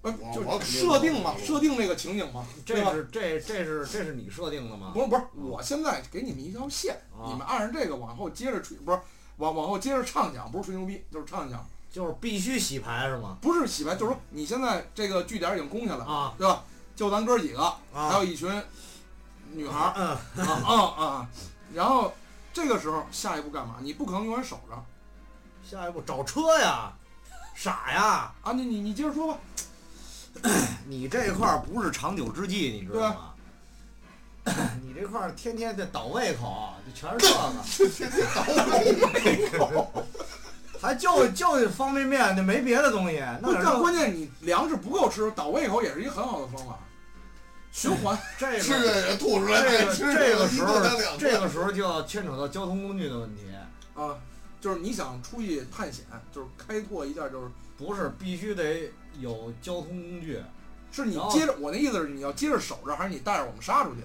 S3: 呃，
S2: 我
S3: 就
S2: 肯定
S3: 设定嘛，
S2: 不
S3: 设定这个情景嘛，对吧
S4: 这？是这这是这是你设定的吗
S3: 不？是不是，我现在给你们一条线，
S4: 啊
S3: 你们按照这个往后接着吹，不是往往后接着畅想，不是吹牛逼，就是畅想，
S4: 就是必须洗牌是吗？
S3: 不是洗白，就是说你现在这个据点已经攻下来了，
S4: 啊
S3: 对吧？就咱哥几个，还
S4: 啊，
S3: 有一群女孩儿啊
S4: 嗯，
S3: 啊啊，然后这个时候下一步干嘛？你不可能永远守着
S4: 下一步找车呀，傻呀，
S3: 啊！你你你接着说吧，
S4: 你这块儿不是长久之计，你知道吗？ 你这块儿天天得倒胃口，就全是这个，还就就方便面，那没别的东西，那
S3: 不
S4: 哪
S3: 但
S4: 能
S3: 关键你粮食不够吃，倒胃口也是一个很好的方 法，循环。
S4: 这
S2: 吃
S4: 个
S2: 着也吐出来，
S4: 这
S2: 再
S4: 个
S2: 吃
S4: 这个
S2: 一
S4: 时
S2: 顿当两
S4: 候，
S2: 顿
S4: 这个时候就要牵扯到交通工具的问题，
S3: 啊，就是你想出去探险，就是开拓一下，就是
S4: 不是必须得有交通工具，
S3: 是你
S4: 然后
S3: 接着我那意思是你要接着守着，还是你带着我们杀出去？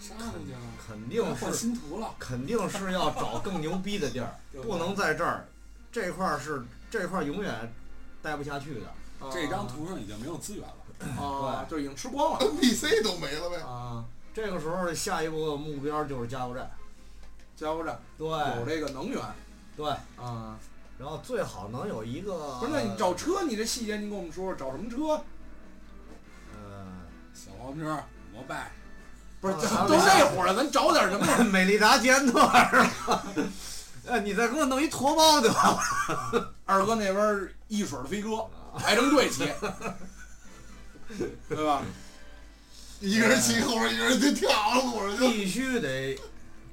S1: 杀出去了，
S4: 肯定
S1: 换
S4: 是
S1: 新图了。
S4: 肯定是要找更牛逼的地儿，不能在这儿，这块儿是这块儿永远待不下去的。
S3: 啊
S5: 这张图上已经没有资源了，
S3: 啊，就已经吃光了
S2: NPC 都没了呗。
S3: 啊。
S4: 这个时候下一步目标就是加油站，
S3: 加油站
S4: 对
S3: 有这个能源
S4: 对，
S3: 啊，
S4: 然后最好能有一个
S3: 不是？那你找车，你这细节你给我们说说，找什么车？
S4: 呃
S5: 小黄车、摩拜，
S3: 不是，
S4: 啊
S3: 咱
S4: 咱们
S3: 都那会儿了，咱找点什么？
S4: 美利达捷安特是吧？ 哎，你再给我弄一驼包得了。
S3: 二哥那边儿一水儿的飞哥
S4: 啊
S3: 排成队骑， 对吧？
S2: 一个人骑后边，一个人就跳了，我说就
S4: 必须得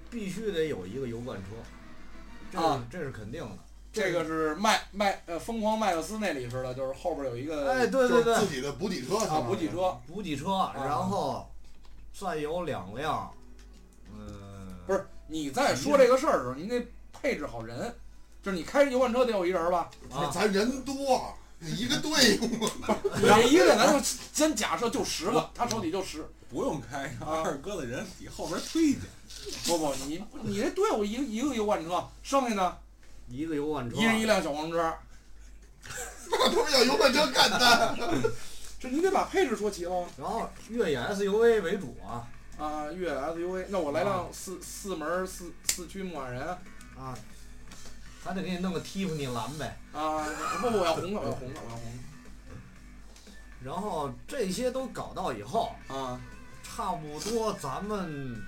S4: 必须得有一个油罐车，这是、
S3: 啊
S4: 这是肯定的。
S3: 这个是麦麦呃疯狂麦克斯那里似的，就是后边有一个
S4: 哎，对
S2: 就
S4: 对
S2: 是自
S4: 对，
S2: 己的补给车
S3: 啊补给，车，
S4: 补给车，
S3: 啊
S4: 然后再有两辆，嗯，
S3: 不是你在说这个事儿的时候，你得配置好人，就是你开油罐车得有一人 吧？
S2: 不是
S4: 啊，
S2: 咱人多，一个队伍
S3: 你一个咱就先假设就十个，他手底就十。
S5: 不用开，
S3: 啊
S5: 让二哥的人比后边推去。
S3: 不不，你你这队伍一个一个油罐车，剩下呢
S4: 一个油罐车，
S3: 一人一辆小黄车，
S2: 那他们要油罐车干的。
S3: 这你得把配置说齐喽。
S4: 然后越野 SUV 为主啊
S3: 啊，越野 SUV，那我来辆四四门四四驱牧马人
S4: 啊，还得给你弄个 Tiffany 蓝呗。
S3: 啊！不不，我要红的，我要红的，我要红
S4: 然后这些都搞到以后，
S3: 的啊！
S4: 差不多咱们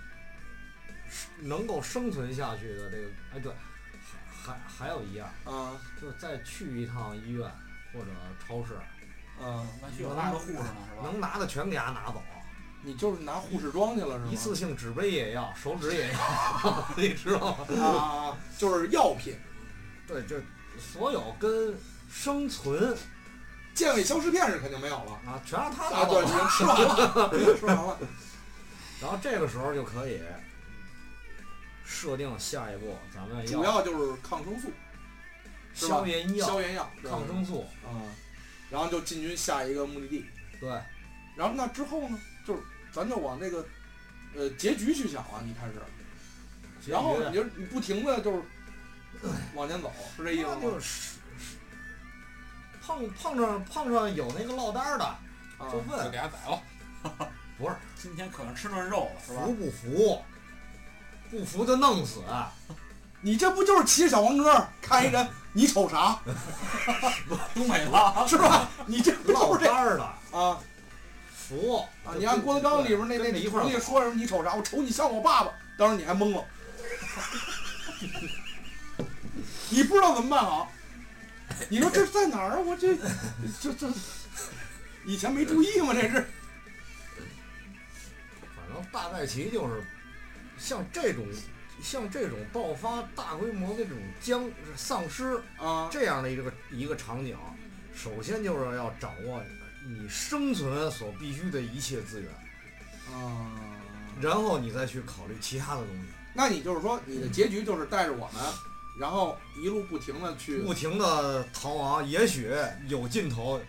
S4: 能够生存下去的这个，哎对，还还还有一样，
S3: 啊
S4: 就是再去一趟医院或者超市，
S3: 啊！
S1: 完血我拉着护士呢，是吧？
S4: 能拿的全给他拿走，
S3: 你就是拿护士装去了是吗？
S4: 一次性纸杯也要，手纸也要， 你知道吗？
S3: 啊，就是药品，
S4: 对，这所有跟生存
S3: 健胃消食片是肯定没有了。
S4: 啊，全让他拿
S3: 啊，
S4: 走
S3: 对，已。经吃完 了，吃完了。
S4: 然后这个时候就可以设定下一步咱们
S3: 主要就是抗生素、是吧
S4: 消炎药、
S3: 消炎哎药、对
S4: 抗生素，
S3: 啊，然后就进军下一个目的地。
S4: 对，
S3: 然后那之后呢，就是咱就往那个呃结局去想了，你开始，
S4: 结
S3: 然后
S4: 局
S3: 你就你不停的就是往前走，是这意思
S4: 那就
S3: 吗？
S4: 是是碰碰上碰上有那个落单儿的，
S3: 啊
S4: 就
S5: 就
S4: 问
S5: 给他宰了。
S1: 今天可能吃顿肉了，是吧
S4: 服？不服，不服就弄死。
S3: 你这不就是骑着小黄车看一人，你瞅啥
S1: 东北的，
S3: 是吧？你这不 就
S4: 落
S3: 是这
S4: 单儿的
S3: 啊
S4: 服
S3: 啊！你按郭德纲里边那那
S4: 跟着一块儿
S3: 徒弟说什么，你瞅啥？我瞅你像我爸爸，当时你还懵了，你不知道怎么办好。你说这在哪儿啊？我这这这以前没注意吗？这是
S4: 反正大概其就是像这种像这种爆发大规模的这种僵丧尸
S3: 啊
S4: 这样的一个一个场景，首先就是要掌握你生存所必须的一切资源，
S3: 啊！
S4: 然后你再去考虑其他的东西，
S3: 那你就是说你的结局就是带着我们，然后一路不停的去，
S4: 不停的逃亡，也许有尽头，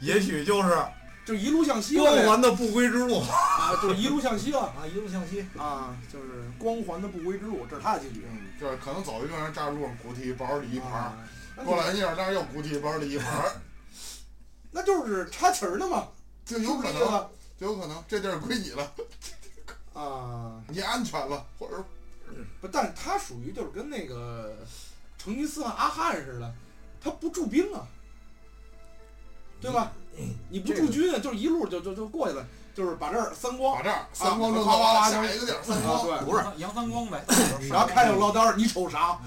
S4: 也许就是
S3: 就一路向西
S4: 光
S3: 了
S4: 环的不归之路
S3: 啊，就是一路向西了
S4: 啊，一路向西。
S3: 啊，就是光环的不归之路，这是他的结局。
S2: 嗯，就是可能走一个人站路上鼓起一包里一盘，
S3: 啊
S2: 过来一下那儿又鼓起一包里一 盘，
S3: 那就是插旗儿的嘛，
S2: 就有可
S3: 是不是这
S2: 能，就有可能这地儿归你了，
S3: 个啊，
S2: 你安全了，或者
S3: 不，但是他属于就是跟那个成吉思汗、阿汗似的，他不驻兵啊，对吧？你不驻军啊，就是一路就就就过去了，就是把这儿三光
S2: 把这儿
S3: 三光正
S2: 哗哗哗
S3: 正
S2: 下一个地儿三
S3: 啊，
S2: 光，
S3: 对，
S4: 不是
S1: 杨三光呗。
S3: 然后开始落单儿，你瞅啥？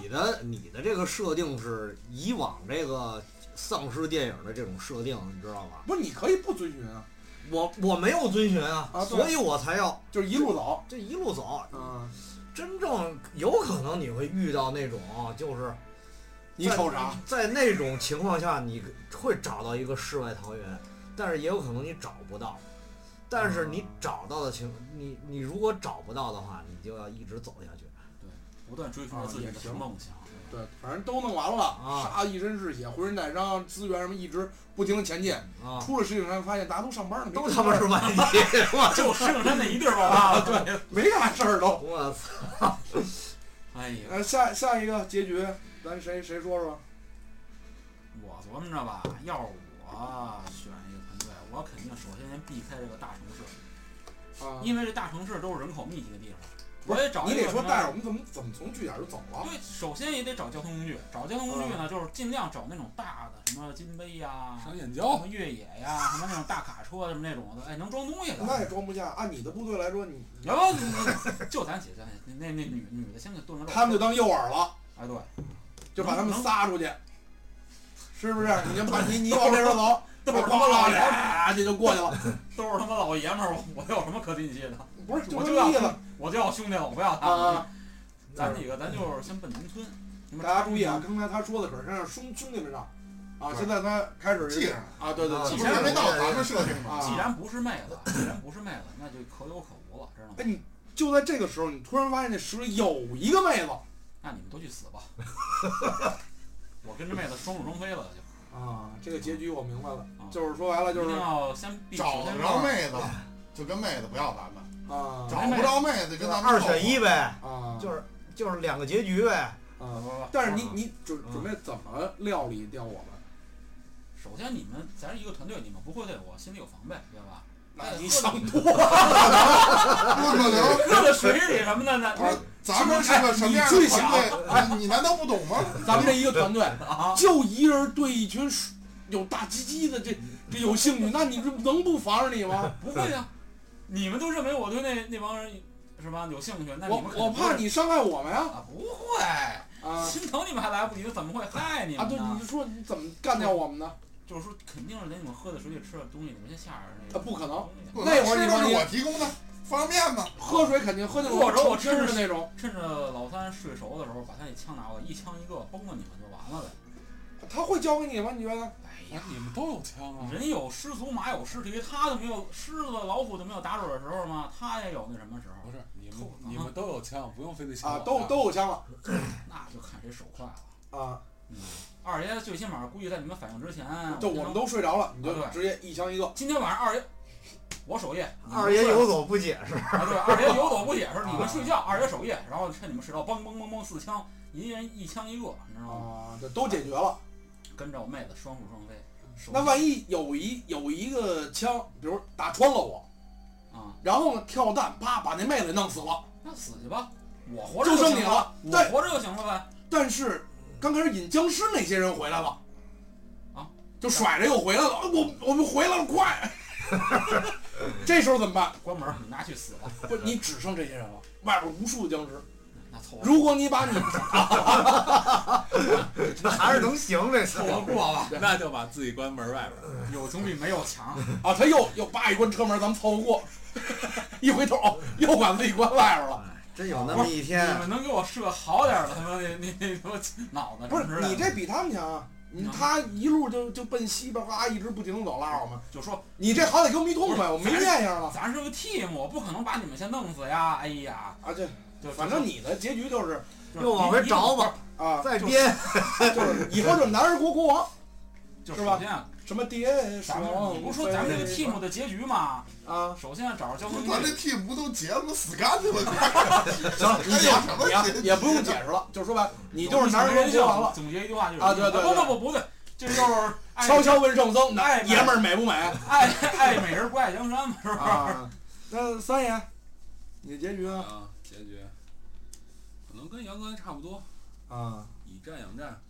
S4: 你的你的这个设定是以往这个丧尸电影的这种设定，你知道吧？
S3: 不是，你可以不遵循啊，
S4: 我我没有遵循啊，
S3: 啊对
S4: 所以我才要
S3: 就是一路走。
S4: 这一路走。
S3: 嗯，
S4: 真正有可能你会遇到那种就是
S3: 你瞅啥？
S4: 在那种情况下，你会找到一个世外桃源，但是也有可能你找不到。但是你找到的情，你你如果找不到的话，你就要一直走下去。
S1: 不断追求着自己的梦想。
S3: 对，反正都弄完了，
S4: 啊
S3: 杀得一身是血，浑身带伤，资源什么一直不停的前进。
S4: 啊，
S3: 出了石景山，发现大家都上班呢，
S4: 都他妈是外地，我
S1: 就石景山那一地儿爆发了。对，
S3: 没啥事儿都。
S4: 我操！
S1: 哎呀，
S3: 呃，下下一个结局，咱谁谁说说？
S1: 我琢磨着吧，要是我选一个团队，我肯定首先先避开这个大城市，
S3: 啊，
S1: 因为这大城市都是人口密集的地方。我也找
S3: 你
S1: 一
S3: 得
S1: 个
S3: 说
S1: 什么
S3: 带着我们怎么怎么从据点就走了。
S1: 对，首先也得找交通工具。找交通工
S3: 啊
S1: 具呢，就是尽量找那种大的，什么金杯呀、
S5: 上
S1: 什
S5: 眼胶
S1: 么越野呀、什么那种大卡车什么那种的，哎，能装东西的。
S3: 那也装不下，按你的部队来说，你
S1: 然后就咱姐，咱姐那那女女的先给炖个肉。
S3: 他们就当诱饵了，
S1: 哎对，
S3: 就把他们
S1: 能
S3: 撒出去，是不是？你就把你你往这边走，
S1: 都是
S3: 哐
S1: 他妈老
S3: 哐
S1: 爷，
S3: 呀，这就过去了。
S1: 都是他妈老爷们儿，我我有什么可进去的？
S3: 不是，就
S1: 我
S3: 这
S1: 就要
S3: 意思
S1: 我就要兄弟，我不要他们。
S3: 啊！
S1: 咱几个，咱就是先奔农村。什么
S3: 大家注意啊，！刚才他说的可是让兄兄弟们上，啊，
S2: 对
S3: 现在他开始
S2: 记上，
S3: 啊，对对
S4: 啊
S3: 对，
S2: 不
S1: 既
S2: 是
S1: 然
S2: 还没到
S4: 我
S2: 咱们设定呢，
S3: 啊，
S1: 既然不是妹子，既然不是妹子，那就可有可无了，知道吗
S3: 哎，？你就在这个时候，你突然发现那石里有一个妹子
S1: 那你们都去死 吧！我跟这妹子双宿双飞了，就
S3: 啊，这个结局我明白了，
S1: 啊
S3: 就是说白了就
S1: 一
S3: 是
S1: 定要先避
S2: 找
S1: 首先
S2: 着妹子就跟妹子不要咱们，
S3: 啊，
S2: 找不着妹子跟咱们
S4: 二选一呗，
S3: 啊，
S4: 就是就是两个结局呗。
S1: 不
S3: 啊，
S1: 不不
S3: 但是你
S4: 啊
S3: 你准
S4: 啊
S3: 准备怎么料理掉我们？
S1: 首先你们咱是一个团队，你们不会对我心里有防备，对吧？那你
S3: 想多，
S2: 不可能。
S1: 搁在水里什么的呢？
S2: 不是，咱们是个什么样的团队？你你难道不懂吗？
S3: 咱们这一个团队
S1: 啊，
S3: 就一人对一群水有大鸡鸡的这这有兴趣，那你这能不防着 你吗？
S1: 不会啊！你们都认为我对那那帮人是吧有兴趣，那你
S3: 我
S1: 们肯定
S3: 我
S1: 不会
S3: 怕你伤害我们呀。
S1: 啊，不会，
S3: 啊
S1: 心疼你们还来不及，怎么会害你
S3: 啊！
S1: 们
S3: 对，
S1: 呢？
S3: 你说你怎么干掉我们呢？
S1: 就是说，肯定是得你们喝的水里吃的东西，你们先下边那个。
S3: 啊，不可能，
S2: 不
S3: 那会儿你
S2: 吃的
S3: 放
S2: 是
S3: 心
S2: 我提供的方便面嘛，
S3: 喝水肯定喝那种
S1: 或者我
S3: 吃
S1: 真
S3: 的
S1: 是
S3: 那种，
S1: 趁着老三睡熟的时候，把他那枪拿过来，一枪一个崩了你们就完了呗。
S3: 他会教给你吗？你觉得？
S1: 哎呀，
S5: 啊你们都有枪啊！
S1: 人有失足，马有失蹄，他都没有狮子、老虎都没有打盹的时候吗？他也有那什么时候
S5: 不？是你们
S1: 偷，
S5: 你们都有枪，不用非得想
S3: 啊，
S5: 我
S3: 都
S5: 呀
S3: 都有枪了
S1: 那就看谁手快了。
S3: 啊！
S1: 嗯，二爷最起码估计在你们反应之前，
S3: 就我们都睡着了，你就
S1: 嗯啊对
S3: 直接一枪一个。
S1: 今天晚上二爷，我守夜，你们
S4: 二爷
S1: 睡
S4: 有所不解释，
S1: 啊，对，二爷有所不解释，
S3: 啊
S1: 你们睡觉，二爷守夜，然后趁你们睡着，梆梆梆梆四枪，一人一枪一个，你知道吗？
S3: 啊，这都解决了。
S1: 跟着我妹子双宿双飞，手
S3: 那万一有一有一个枪，比如打穿了我，
S1: 啊，
S3: 然后呢跳弹，啪把那妹子弄死了，
S1: 那死去吧，我活着
S3: 就剩
S1: 行
S3: 你了。
S1: 我
S3: 对，
S1: 活着就行了呗。
S3: 但是刚开始引僵尸那些人回来了，
S1: 啊，
S3: 就甩着又回来了，啊我我们回来 了，快！这时候怎么办？
S1: 关门，你拿去死了，
S3: 不，你只剩这些人了，外边无数的僵尸。
S1: 那凑合。
S3: 如果你把你
S4: 那还是能行这事
S5: 凑
S4: 儿。
S5: 合过吧，啊那就把自己关门外边儿。
S1: 有总比没有强。
S3: 啊，他又又叭一关车门，咱们凑合过。 一回头哦又把自己关外边了。
S4: 哎真有那么一
S1: 你
S4: 天，
S1: 们能给我设好点儿的他妈那那那他妈脑子
S3: 不是
S1: 真的
S3: 你这比他们强啊！你他一路就就奔西边，哇，一直不停的走，拉着我们。
S1: 就说
S3: 你这好歹给我们一痛快，我没
S1: 咱
S3: 那样了
S1: 咱是个 team，我不可能把你们先弄死呀！哎呀，
S3: 啊！这
S1: 就
S3: 反正你的结局就是
S1: 就
S4: 又往回找吧，
S3: 啊，
S4: 再编
S3: 就是以后就是男儿国国王，
S1: 就是
S3: 吧
S1: 首先啊
S3: 什么蝶
S1: 咱们
S3: 爽
S1: 你不是说咱们这个 team 的结局吗？
S3: 啊，
S1: 首先找着交通
S2: 咱这
S1: 队，
S2: team 不都结了吗？死干净了，
S4: 行，
S2: 还有什么
S3: 也
S2: 结局
S3: 也不用解释了，就说白，你就是男儿国国王了。
S1: 总结一句话就是
S3: 啊对对对
S1: 不不不不对，这就是爱
S3: 悄悄问圣僧
S1: 哎，
S3: 爷们儿美不美？
S1: 爱爱美人不爱江山嘛，是不是？
S3: 啊，那三爷，你的结局呢？
S5: 啊，结局可能跟杨哥差不多，
S3: 啊
S5: 以战养战。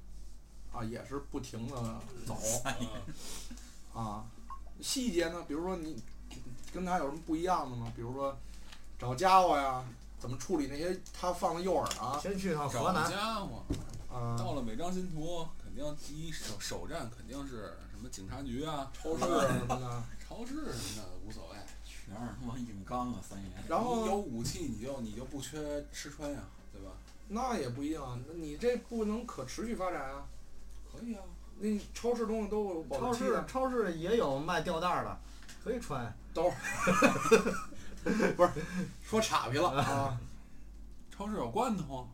S3: 啊，也是不停的走
S1: 哎
S5: 呃
S3: 啊。细节呢，比如说你跟他有什么不一样的吗？比如说找家伙呀，怎么处理那些他放的诱饵啊？
S4: 先去趟河
S5: 找
S4: 南，
S5: 家伙，
S3: 啊，
S5: 到了每张新图，肯定第一首首站肯定是什么警察局啊、
S3: 超市啊什么的。
S5: 超市什么的无所谓。
S1: 全是他妈硬刚啊，三爷。
S3: 然
S5: 你有
S3: 后
S5: 武器，你就你就不缺吃穿呀，对吧？
S3: 那也不一样，那你这不能可持续发展啊。
S5: 可以啊，
S3: 那超市东西都有保
S4: 超
S3: 质期啊
S4: 市
S3: 的，
S4: 超市也有卖吊带儿的，可以穿。
S3: 说岔劈了啊
S5: 超市有罐头，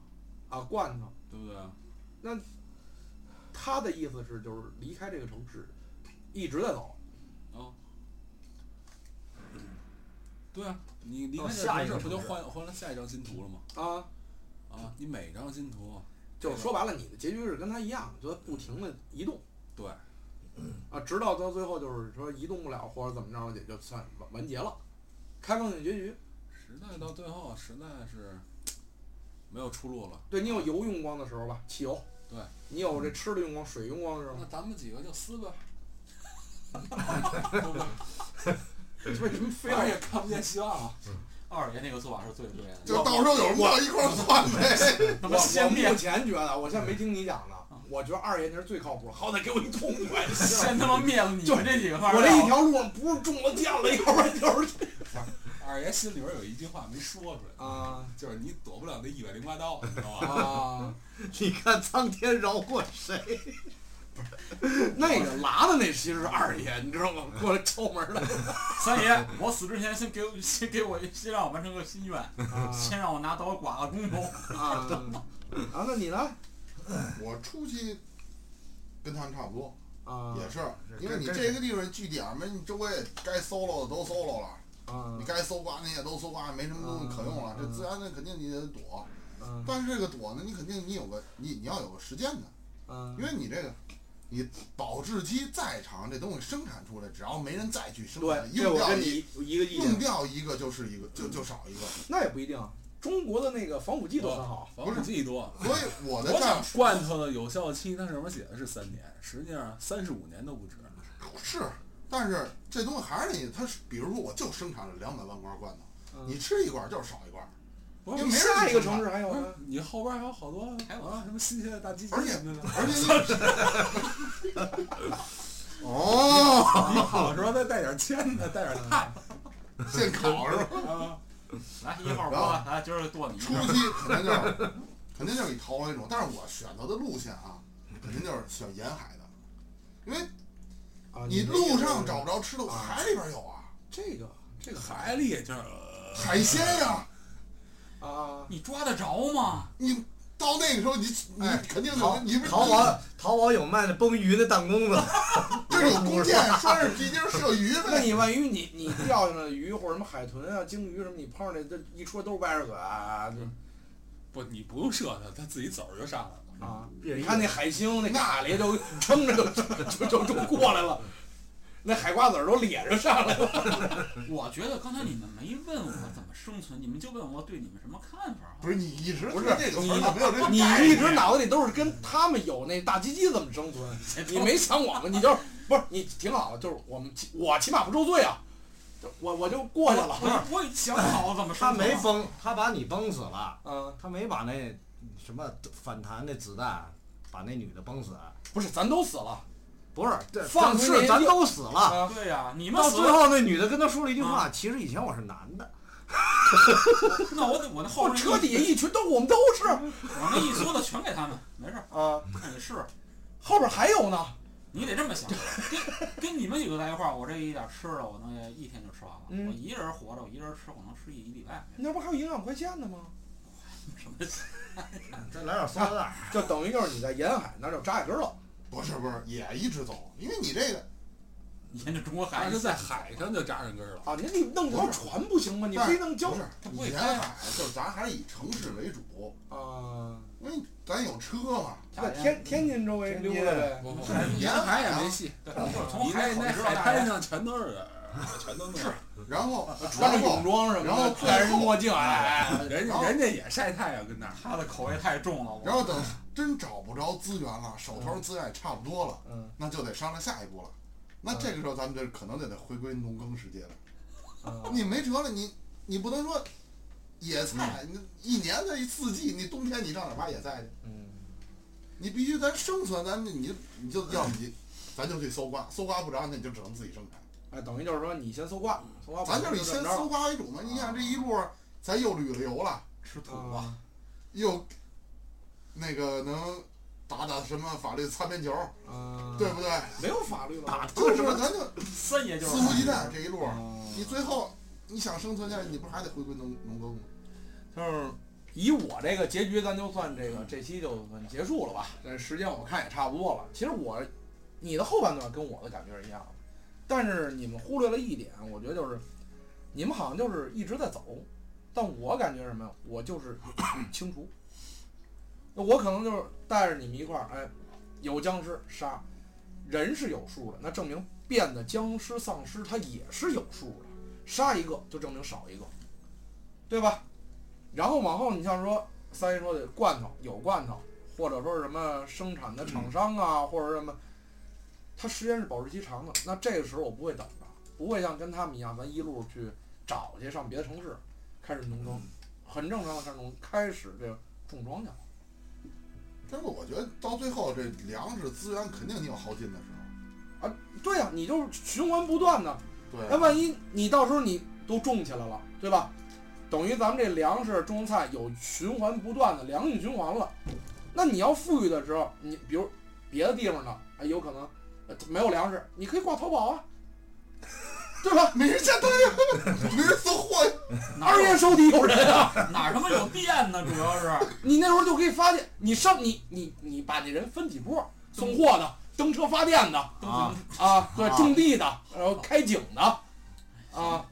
S3: 啊！罐头，
S5: 对不对？
S3: 他的意思是就是离开这个城市，一直在走。
S5: 对啊，你离
S4: 到
S5: 开这
S4: 下
S5: 个
S4: 一
S5: 城
S4: 个
S5: 市不就
S4: 城市
S5: 换换了下一张新图了吗？
S3: 啊，
S5: 啊，你每张新图，啊
S3: 就是说白了，你的结局是跟他一样，就不停的移动
S5: 对，
S3: 啊，直到到最后就是说移动不了或者怎么着也就算完完结了，开放性结局。
S5: 时代到最后啊实在是没有出路了。
S3: 对你有油用光的时候吧，汽油。
S5: 对，嗯
S3: 你有这吃的用光、水用光的时候
S5: 那，咱们几个就撕吧，
S3: 为什么非要
S5: 反正也看不见希望了。啊
S1: 二爷那个做法是最对的，
S2: 就到时候有人过来一块儿算呗。
S1: 他
S3: 我
S1: 妈
S3: 我
S1: 先灭
S3: 目前觉得，我现在没听你讲呢，我觉得二爷那是最靠谱，好歹给我一痛快。
S1: 先他妈灭了你
S3: 就
S1: 们这几个范儿
S3: 我这一条路上不是中了箭了，要不然就是
S5: 二爷心里边有一句话没说出来，
S3: 啊
S5: 就是你躲不了那一百零八刀，你知道吗？
S3: 啊，
S4: 你看苍天饶过谁？
S3: 那个拉的那其实是二爷，你知道吗？过来敲门的。
S1: 三爷，我死之前先给我先给我先让我完成个心愿，
S3: 啊
S1: 先让我拿刀剐个公头。
S3: 啊， 啊，那你呢？
S2: 我出去跟他们差不多，
S3: 啊
S2: 也是，
S4: 是
S2: 因为你
S4: 跟
S2: 这个地方据点嘛，你周围该 solo 的都 solo 了，
S3: 啊
S2: 你该搜刮那也都搜刮，没什么东西可用了，
S3: 嗯
S2: 这自然的肯定你得躲。
S3: 啊
S2: 但是这个躲呢，你肯定你有个你你要有个时间的，
S3: 啊
S2: 因为你这个。你保质期再长，这东西生产出来，只要没人再去生产，
S3: 对，这
S2: 用
S3: 我
S2: 掉
S3: 跟
S2: 一
S3: 你一个意
S2: 用
S3: 见，
S2: 掉一个就是一个，就就少一个。
S3: 那也不一定。中国的那个防腐剂都很好，
S5: 防腐剂多，啊
S2: 所以我的
S1: 我
S2: 战
S1: 想
S5: 罐头的有效期它上面写的是三年，实际上三十五年都不止。
S2: 啊是，但是这东西还是得，它是，比如说我就生产了两百万罐罐头，
S3: 嗯
S2: 你吃一罐就是少一罐，
S5: 不是
S2: 因为没人
S3: 下一个
S2: 去生
S3: 城市还有
S5: 不
S3: 呢
S5: 是，你后边还有好多
S1: 还有
S5: 啊，什么新鲜的大鸡鸡
S2: 而且
S5: 什么的呢。
S2: 而且
S3: 哦，
S5: 你好时候再带点铅的，带点碳
S2: 你现烤是吧？
S1: 啊，来一号锅，来今儿剁你一
S2: 初
S1: 下。
S2: 期肯定就是肯定就是以逃亡一种，但是我选择的路线啊，肯定就是选沿海的，因为
S3: 啊
S2: 嗯你
S3: 这
S2: 路
S3: 个
S2: 上找不着吃的，我
S3: 啊
S2: 海里边有啊，
S3: 这个
S5: 这个海里也就是呃
S2: 海鲜呀、
S3: 啊，
S1: 你抓得着吗？
S2: 你到那个时候你你
S4: 哎
S2: 肯定
S4: 淘
S2: 有，你不是
S4: 淘宝淘宝有卖那崩鱼那弹弓 子，
S2: 这是有弓箭，拴上皮筋儿射鱼
S3: 那
S2: 呗。
S3: 你万一你你钓上的鱼或者什么海豚啊、鲸鱼什么，你碰上那这一出来都是外日个啊
S5: 不，你不用射它，它自己走着就上来了。
S3: 啊！
S4: 你
S3: 你看那海星那嘎咧就撑着就就就就过来了，那海瓜子儿都咧着上来了。
S1: 我觉得刚才你们没问我怎么生存，你们就问我对你们什么看法。
S2: 不是你一直
S3: 不是
S2: 对这个词儿就没有这个
S3: 你一
S2: 概念
S3: 直脑子里都是跟他们有那大鸡鸡怎么生存，
S1: 啊
S3: 你没想我们，你就是不是你挺好的，就是我们起我起码不受罪啊，就我我就过去了。
S1: 我我想好怎么生存了。啊
S4: 他没崩，他把你崩死了，
S3: 嗯，
S4: 他没把那什么反弹那子弹把那女的崩死，
S3: 不是，咱都死了
S4: 不是
S3: 这
S4: 放
S3: 咱
S4: 肆，
S3: 们
S4: 咱都死了。啊
S3: 啊！
S1: 对呀，你们
S4: 到
S1: 死
S4: 最
S1: 了，
S4: 后那女的跟他说了一句话：“其实以前我是男的。
S1: 那我得我那后
S3: 我
S1: 边
S3: 车底下一群都我们都是
S1: 我那一梭子全给他们，没事儿，
S3: 啊，
S1: 看你试。
S3: 后边还有呢。
S1: 你得这么想，跟跟你们几个在一块儿，我这一点吃的，我能一天就吃完了。
S3: 嗯
S1: 我一人活着，我一人吃，我能吃一礼拜，
S3: 那不还有营养快线呢吗？
S1: 什么
S4: 再来点塑料袋儿，
S3: 就等于就是你在沿海那儿就扎一根儿了。
S2: 不是不是也一直走，因为你这个
S1: 沿着中国海
S5: 还是
S1: 岸
S5: 在海上就扎上根儿了。
S3: 啊，你你弄条船不行吗？你非弄胶
S2: 不是
S1: 它不会
S2: 沿
S1: 开
S2: 海，就是咱还是以城市为主，
S3: 啊，
S2: 因为咱有车嘛。
S3: 在天天津周围溜达呗。
S5: 不不
S2: 是你
S5: 沿海也
S2: 啊
S5: 没戏，
S1: 对，就是从
S5: 你那
S1: 海口
S5: 那
S1: 直到
S5: 海
S1: 大
S5: 滩
S1: 连，
S5: 上全都是，全都弄。
S2: 然后
S3: 穿着
S2: 然
S3: 泳
S2: 后
S3: 装什么的，
S2: 然后
S3: 戴着墨镜，哎，哎
S5: 人
S2: 然
S5: 家
S2: 后
S5: 人家也晒太阳跟那儿，
S1: 他的口味太重了。
S2: 然
S1: 我
S2: 后等真找不着资源了，手头资源也差不多了，
S3: 嗯，
S2: 那就得商量下一步了。那这个时候咱们就可能就得回归农耕世界了。你没辙了，你你不能说野菜，你一年的四季，你冬天你上哪儿挖野菜去？
S4: 嗯，
S2: 你必须咱生存，咱们你就你就要么你，咱就去搜刮，搜刮不着，那你就只能自己生产。
S3: 哎，等于就是说你先搜刮，搜刮
S2: 咱就是以先搜
S3: 刮
S2: 刮为主嘛。你想这一路，咱又旅了游了，
S1: 吃土啊，
S3: 啊
S2: 又那个能打打什么法律擦边球，
S3: 啊，
S2: 对不对？
S3: 没有法律了。
S2: 就是咱就
S1: 三爷就是
S2: 肆无忌惮这一路，
S3: 啊
S2: 你最后你想生存下去，你不是还得回归农农耕吗？
S3: 就是以我这个结局，咱就算这个这期就算结束了吧。这嗯时间我看也差不多了。其实我你的后半段跟我的感觉是一样的，但是你们忽略了一点，我觉得就是你们好像就是一直在走，但我感觉是什么呀？我就是 清除。那我可能就是带着你们一块儿，哎，有僵尸杀，人是有数的，那证明变的僵尸丧尸它也是有数的，杀一个就证明少一个，对吧？然后往后，你像说三爷说的罐头有罐头，或者说是什么生产的厂商啊，或者什么，它时间是保质期长的。那这个时候我不会等着，不会像跟他们一样，咱一路去找去上别的城市开始农耕，很正常的开始农开始这个种庄稼了。
S2: 但是我觉得到最后这粮食资源肯定你有耗尽的时候。
S3: 对呀、你就是循环不断的。
S2: 对
S3: 那万一你到时候你都种起来了，对吧？等于咱们这粮食、种菜有循环不断的良性循环了。那你要富裕的时候，你比如别的地方呢，哎，有可能呃没有粮食，你可以挂淘宝啊， 对吧？
S2: 没人下单呀， 没人搜货呀。
S1: 哪
S3: 二
S1: 有
S3: 月收底有人啊，
S1: 哪他妈有电呢？主 要是
S3: 你那时候就可以发现，你上你你你把这人分几波，送货的、蹬车发电的
S1: 都
S4: 啊
S1: 行
S3: 啊，对，
S2: 啊
S3: 种地的，然后开井的啊，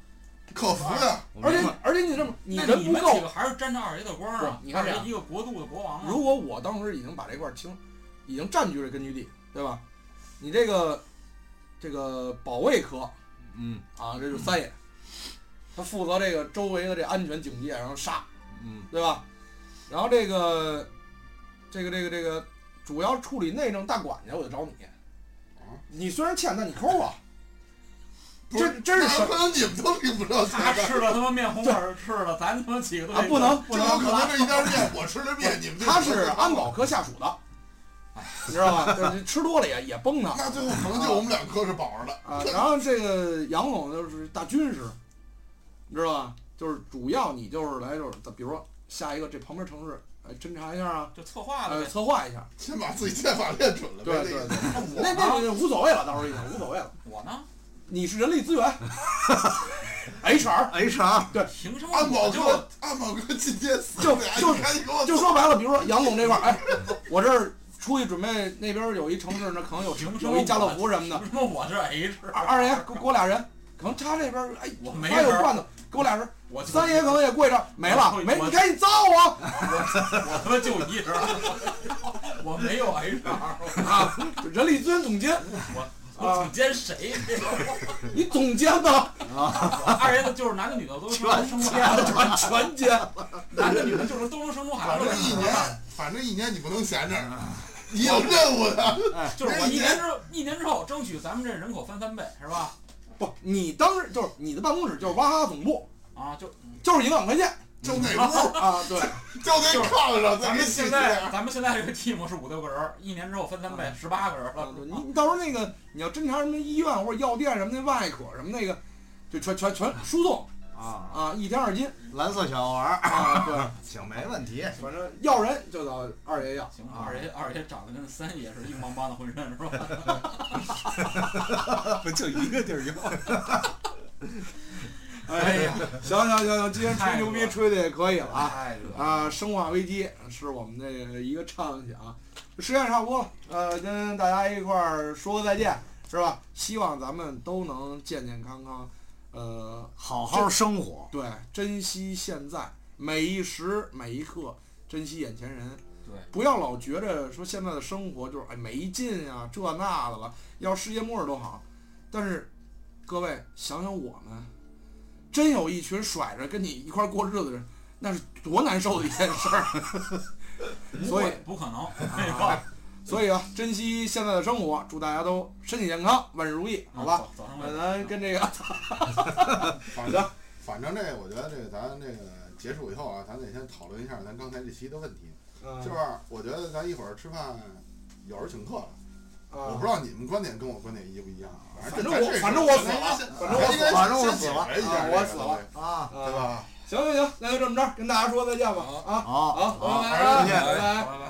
S2: 客服呀，
S3: 而且而且你这么你
S1: 那
S3: 人
S1: 你
S3: 不
S1: 们
S3: 够
S1: 几，个还是沾着二爷的光
S3: 不是
S1: 啊？
S3: 你看
S1: 二
S3: 这
S1: 爷
S3: 样
S1: 一个国度的国王啊，
S3: 如果我当时已经把这块儿清，已经占据了根据地，对吧？你这个这个保卫科
S4: 嗯
S3: 啊，这就是三爷，他负责这个周围的这安全警戒，然后杀，
S4: 嗯
S3: 对吧？然后这个这个这个这个主要处 理内政大管家，我就找你。你虽然欠，但你抠啊，
S2: 不是
S4: 这这是什
S2: 可能你们都领不着钱
S1: 他
S2: 的，
S1: 吃了他妈面红耳赤了，咱他妈几个都
S3: 啊，不能不
S2: 这
S3: 能
S2: 有可能这一家面我吃的面，你们这
S3: 他是安保科下属 的，你知道吧？就是吃多了也也崩他
S2: 那最后可能就我们两颗是保着的
S3: 啊。然后这个杨总就是大军师，你知道吧？就是主要你就是来就是，比如说下一个这旁边城市，哎，侦查一下啊，
S1: 就策划了
S3: 呃，
S1: 呗。
S3: 策划一下，
S2: 先把自己剑法练准了呗。
S3: 对
S2: 这
S3: 对
S2: 个
S3: 对，
S1: 我啊
S3: 那那
S1: 呢？
S3: 那无所谓了，到时候已经无所谓了。
S1: 我呢？
S3: 你是人力资源 ，HR，
S4: HR
S1: 凭什么
S3: 啊
S2: 安保
S1: 我就
S2: 哥，安保哥今天死
S3: 就
S2: 了，
S3: 就
S2: 你赶紧给我
S3: 就说白了，比如说杨总这块儿，哎，我这儿出去准备，那边儿有一城市，那可能有
S1: 凭什么
S3: 有一家乐福什么的，
S1: 凭什么 我是 H？
S3: 二 二爷给我给我俩人，可能他这边儿哎，
S1: 我没
S3: 他有
S1: 人儿
S3: 罐头，给我俩人，
S1: 我就
S3: 三爷可能也跪着，没了
S1: 我
S3: 没，
S1: 我
S3: 你赶紧造啊！
S1: 我他妈就一人儿，我没有 HR，
S3: 啊，人力资源总监，
S1: 我
S3: 啊
S1: 总监谁？
S3: 你总监呢？
S1: 二爷子就是男的女的都生生出孩子，
S3: 全全监，
S1: 男的女的就是都能生出孩
S2: 反
S1: 子
S2: 正一年
S1: 来。，
S2: 反正一年你不能闲着，你有任务的。
S1: 就是我一年之后一年之后争取咱们这人口翻三倍，是吧？
S3: 不，你当时就是你的办公室就是娃哈哈总部，
S1: 啊，就
S3: 就是一万块钱
S2: 就那屋，
S3: 啊， 对，
S2: 就那炕
S1: 咱
S2: 上，咱
S1: 们
S2: 给洗
S1: 现
S2: 洗
S1: 在
S2: 脸。
S1: 咱们现在这个 team 是五六个人儿，一年之后分三倍，十八个人
S3: 啊
S1: 了。
S3: 对你你到时候那个你要侦查什么医院或者药店什么那外科什么那个，就全全全输送
S4: 啊，
S3: 啊，一天二斤
S4: 蓝色小丸儿，
S3: 啊， 对，
S4: 行，没问题。
S3: 反正要人就找二爷要。
S1: 行，二
S3: 啊
S1: 爷二爷长得跟三爷是硬邦邦的浑身是吧？
S5: 我哎就一个地儿 要。
S3: 哎呀，行行行行，今天吹牛逼吹的也可以了啊
S5: 哎
S1: 太热了，
S3: 啊！生化危机是我们的一个畅想，啊时间差不多了，呃，跟大家一块儿说个再见，是吧？希望咱们都能健健康康，呃，
S4: 好好生活，
S3: 对，珍惜现在每一时每一刻，珍惜眼前人。
S1: 对，
S3: 不要老觉着说现在的生活就是哎没劲啊，这那的了，要世界末日都好。但是各位想想我们，真有一群甩着跟你一块儿过日子的人，那是多难受的一件事儿。所 以啊
S1: 不可能，哎废话，
S3: 所以啊，珍惜现在的生活，祝大家都身体健康，万事如意，好吧？
S1: 早，早嗯
S2: 嗯
S1: 上
S3: 那
S1: 问
S3: 咱跟这个
S2: 反正反正这个，我觉得这个咱这个结束以后啊，咱得先讨论一下咱刚才这期的问题，
S3: 啊
S2: 就是我觉得咱一会儿吃饭有人请客了，我不知道你们观点跟我观点一不一样啊。
S3: 反正
S2: 这咱
S3: 我啊
S2: 这
S3: 反正我死了，反正我死了，
S4: 反正我死了
S2: 反正
S3: 啊我死了，
S4: 啊，
S3: 啊
S2: 对吧？
S3: 行行行，那就这么着，跟大家说再见吧啊！
S4: 好，
S3: 好，拜
S4: 好
S3: 拜，
S4: 再见
S3: 拜拜。
S1: 拜拜。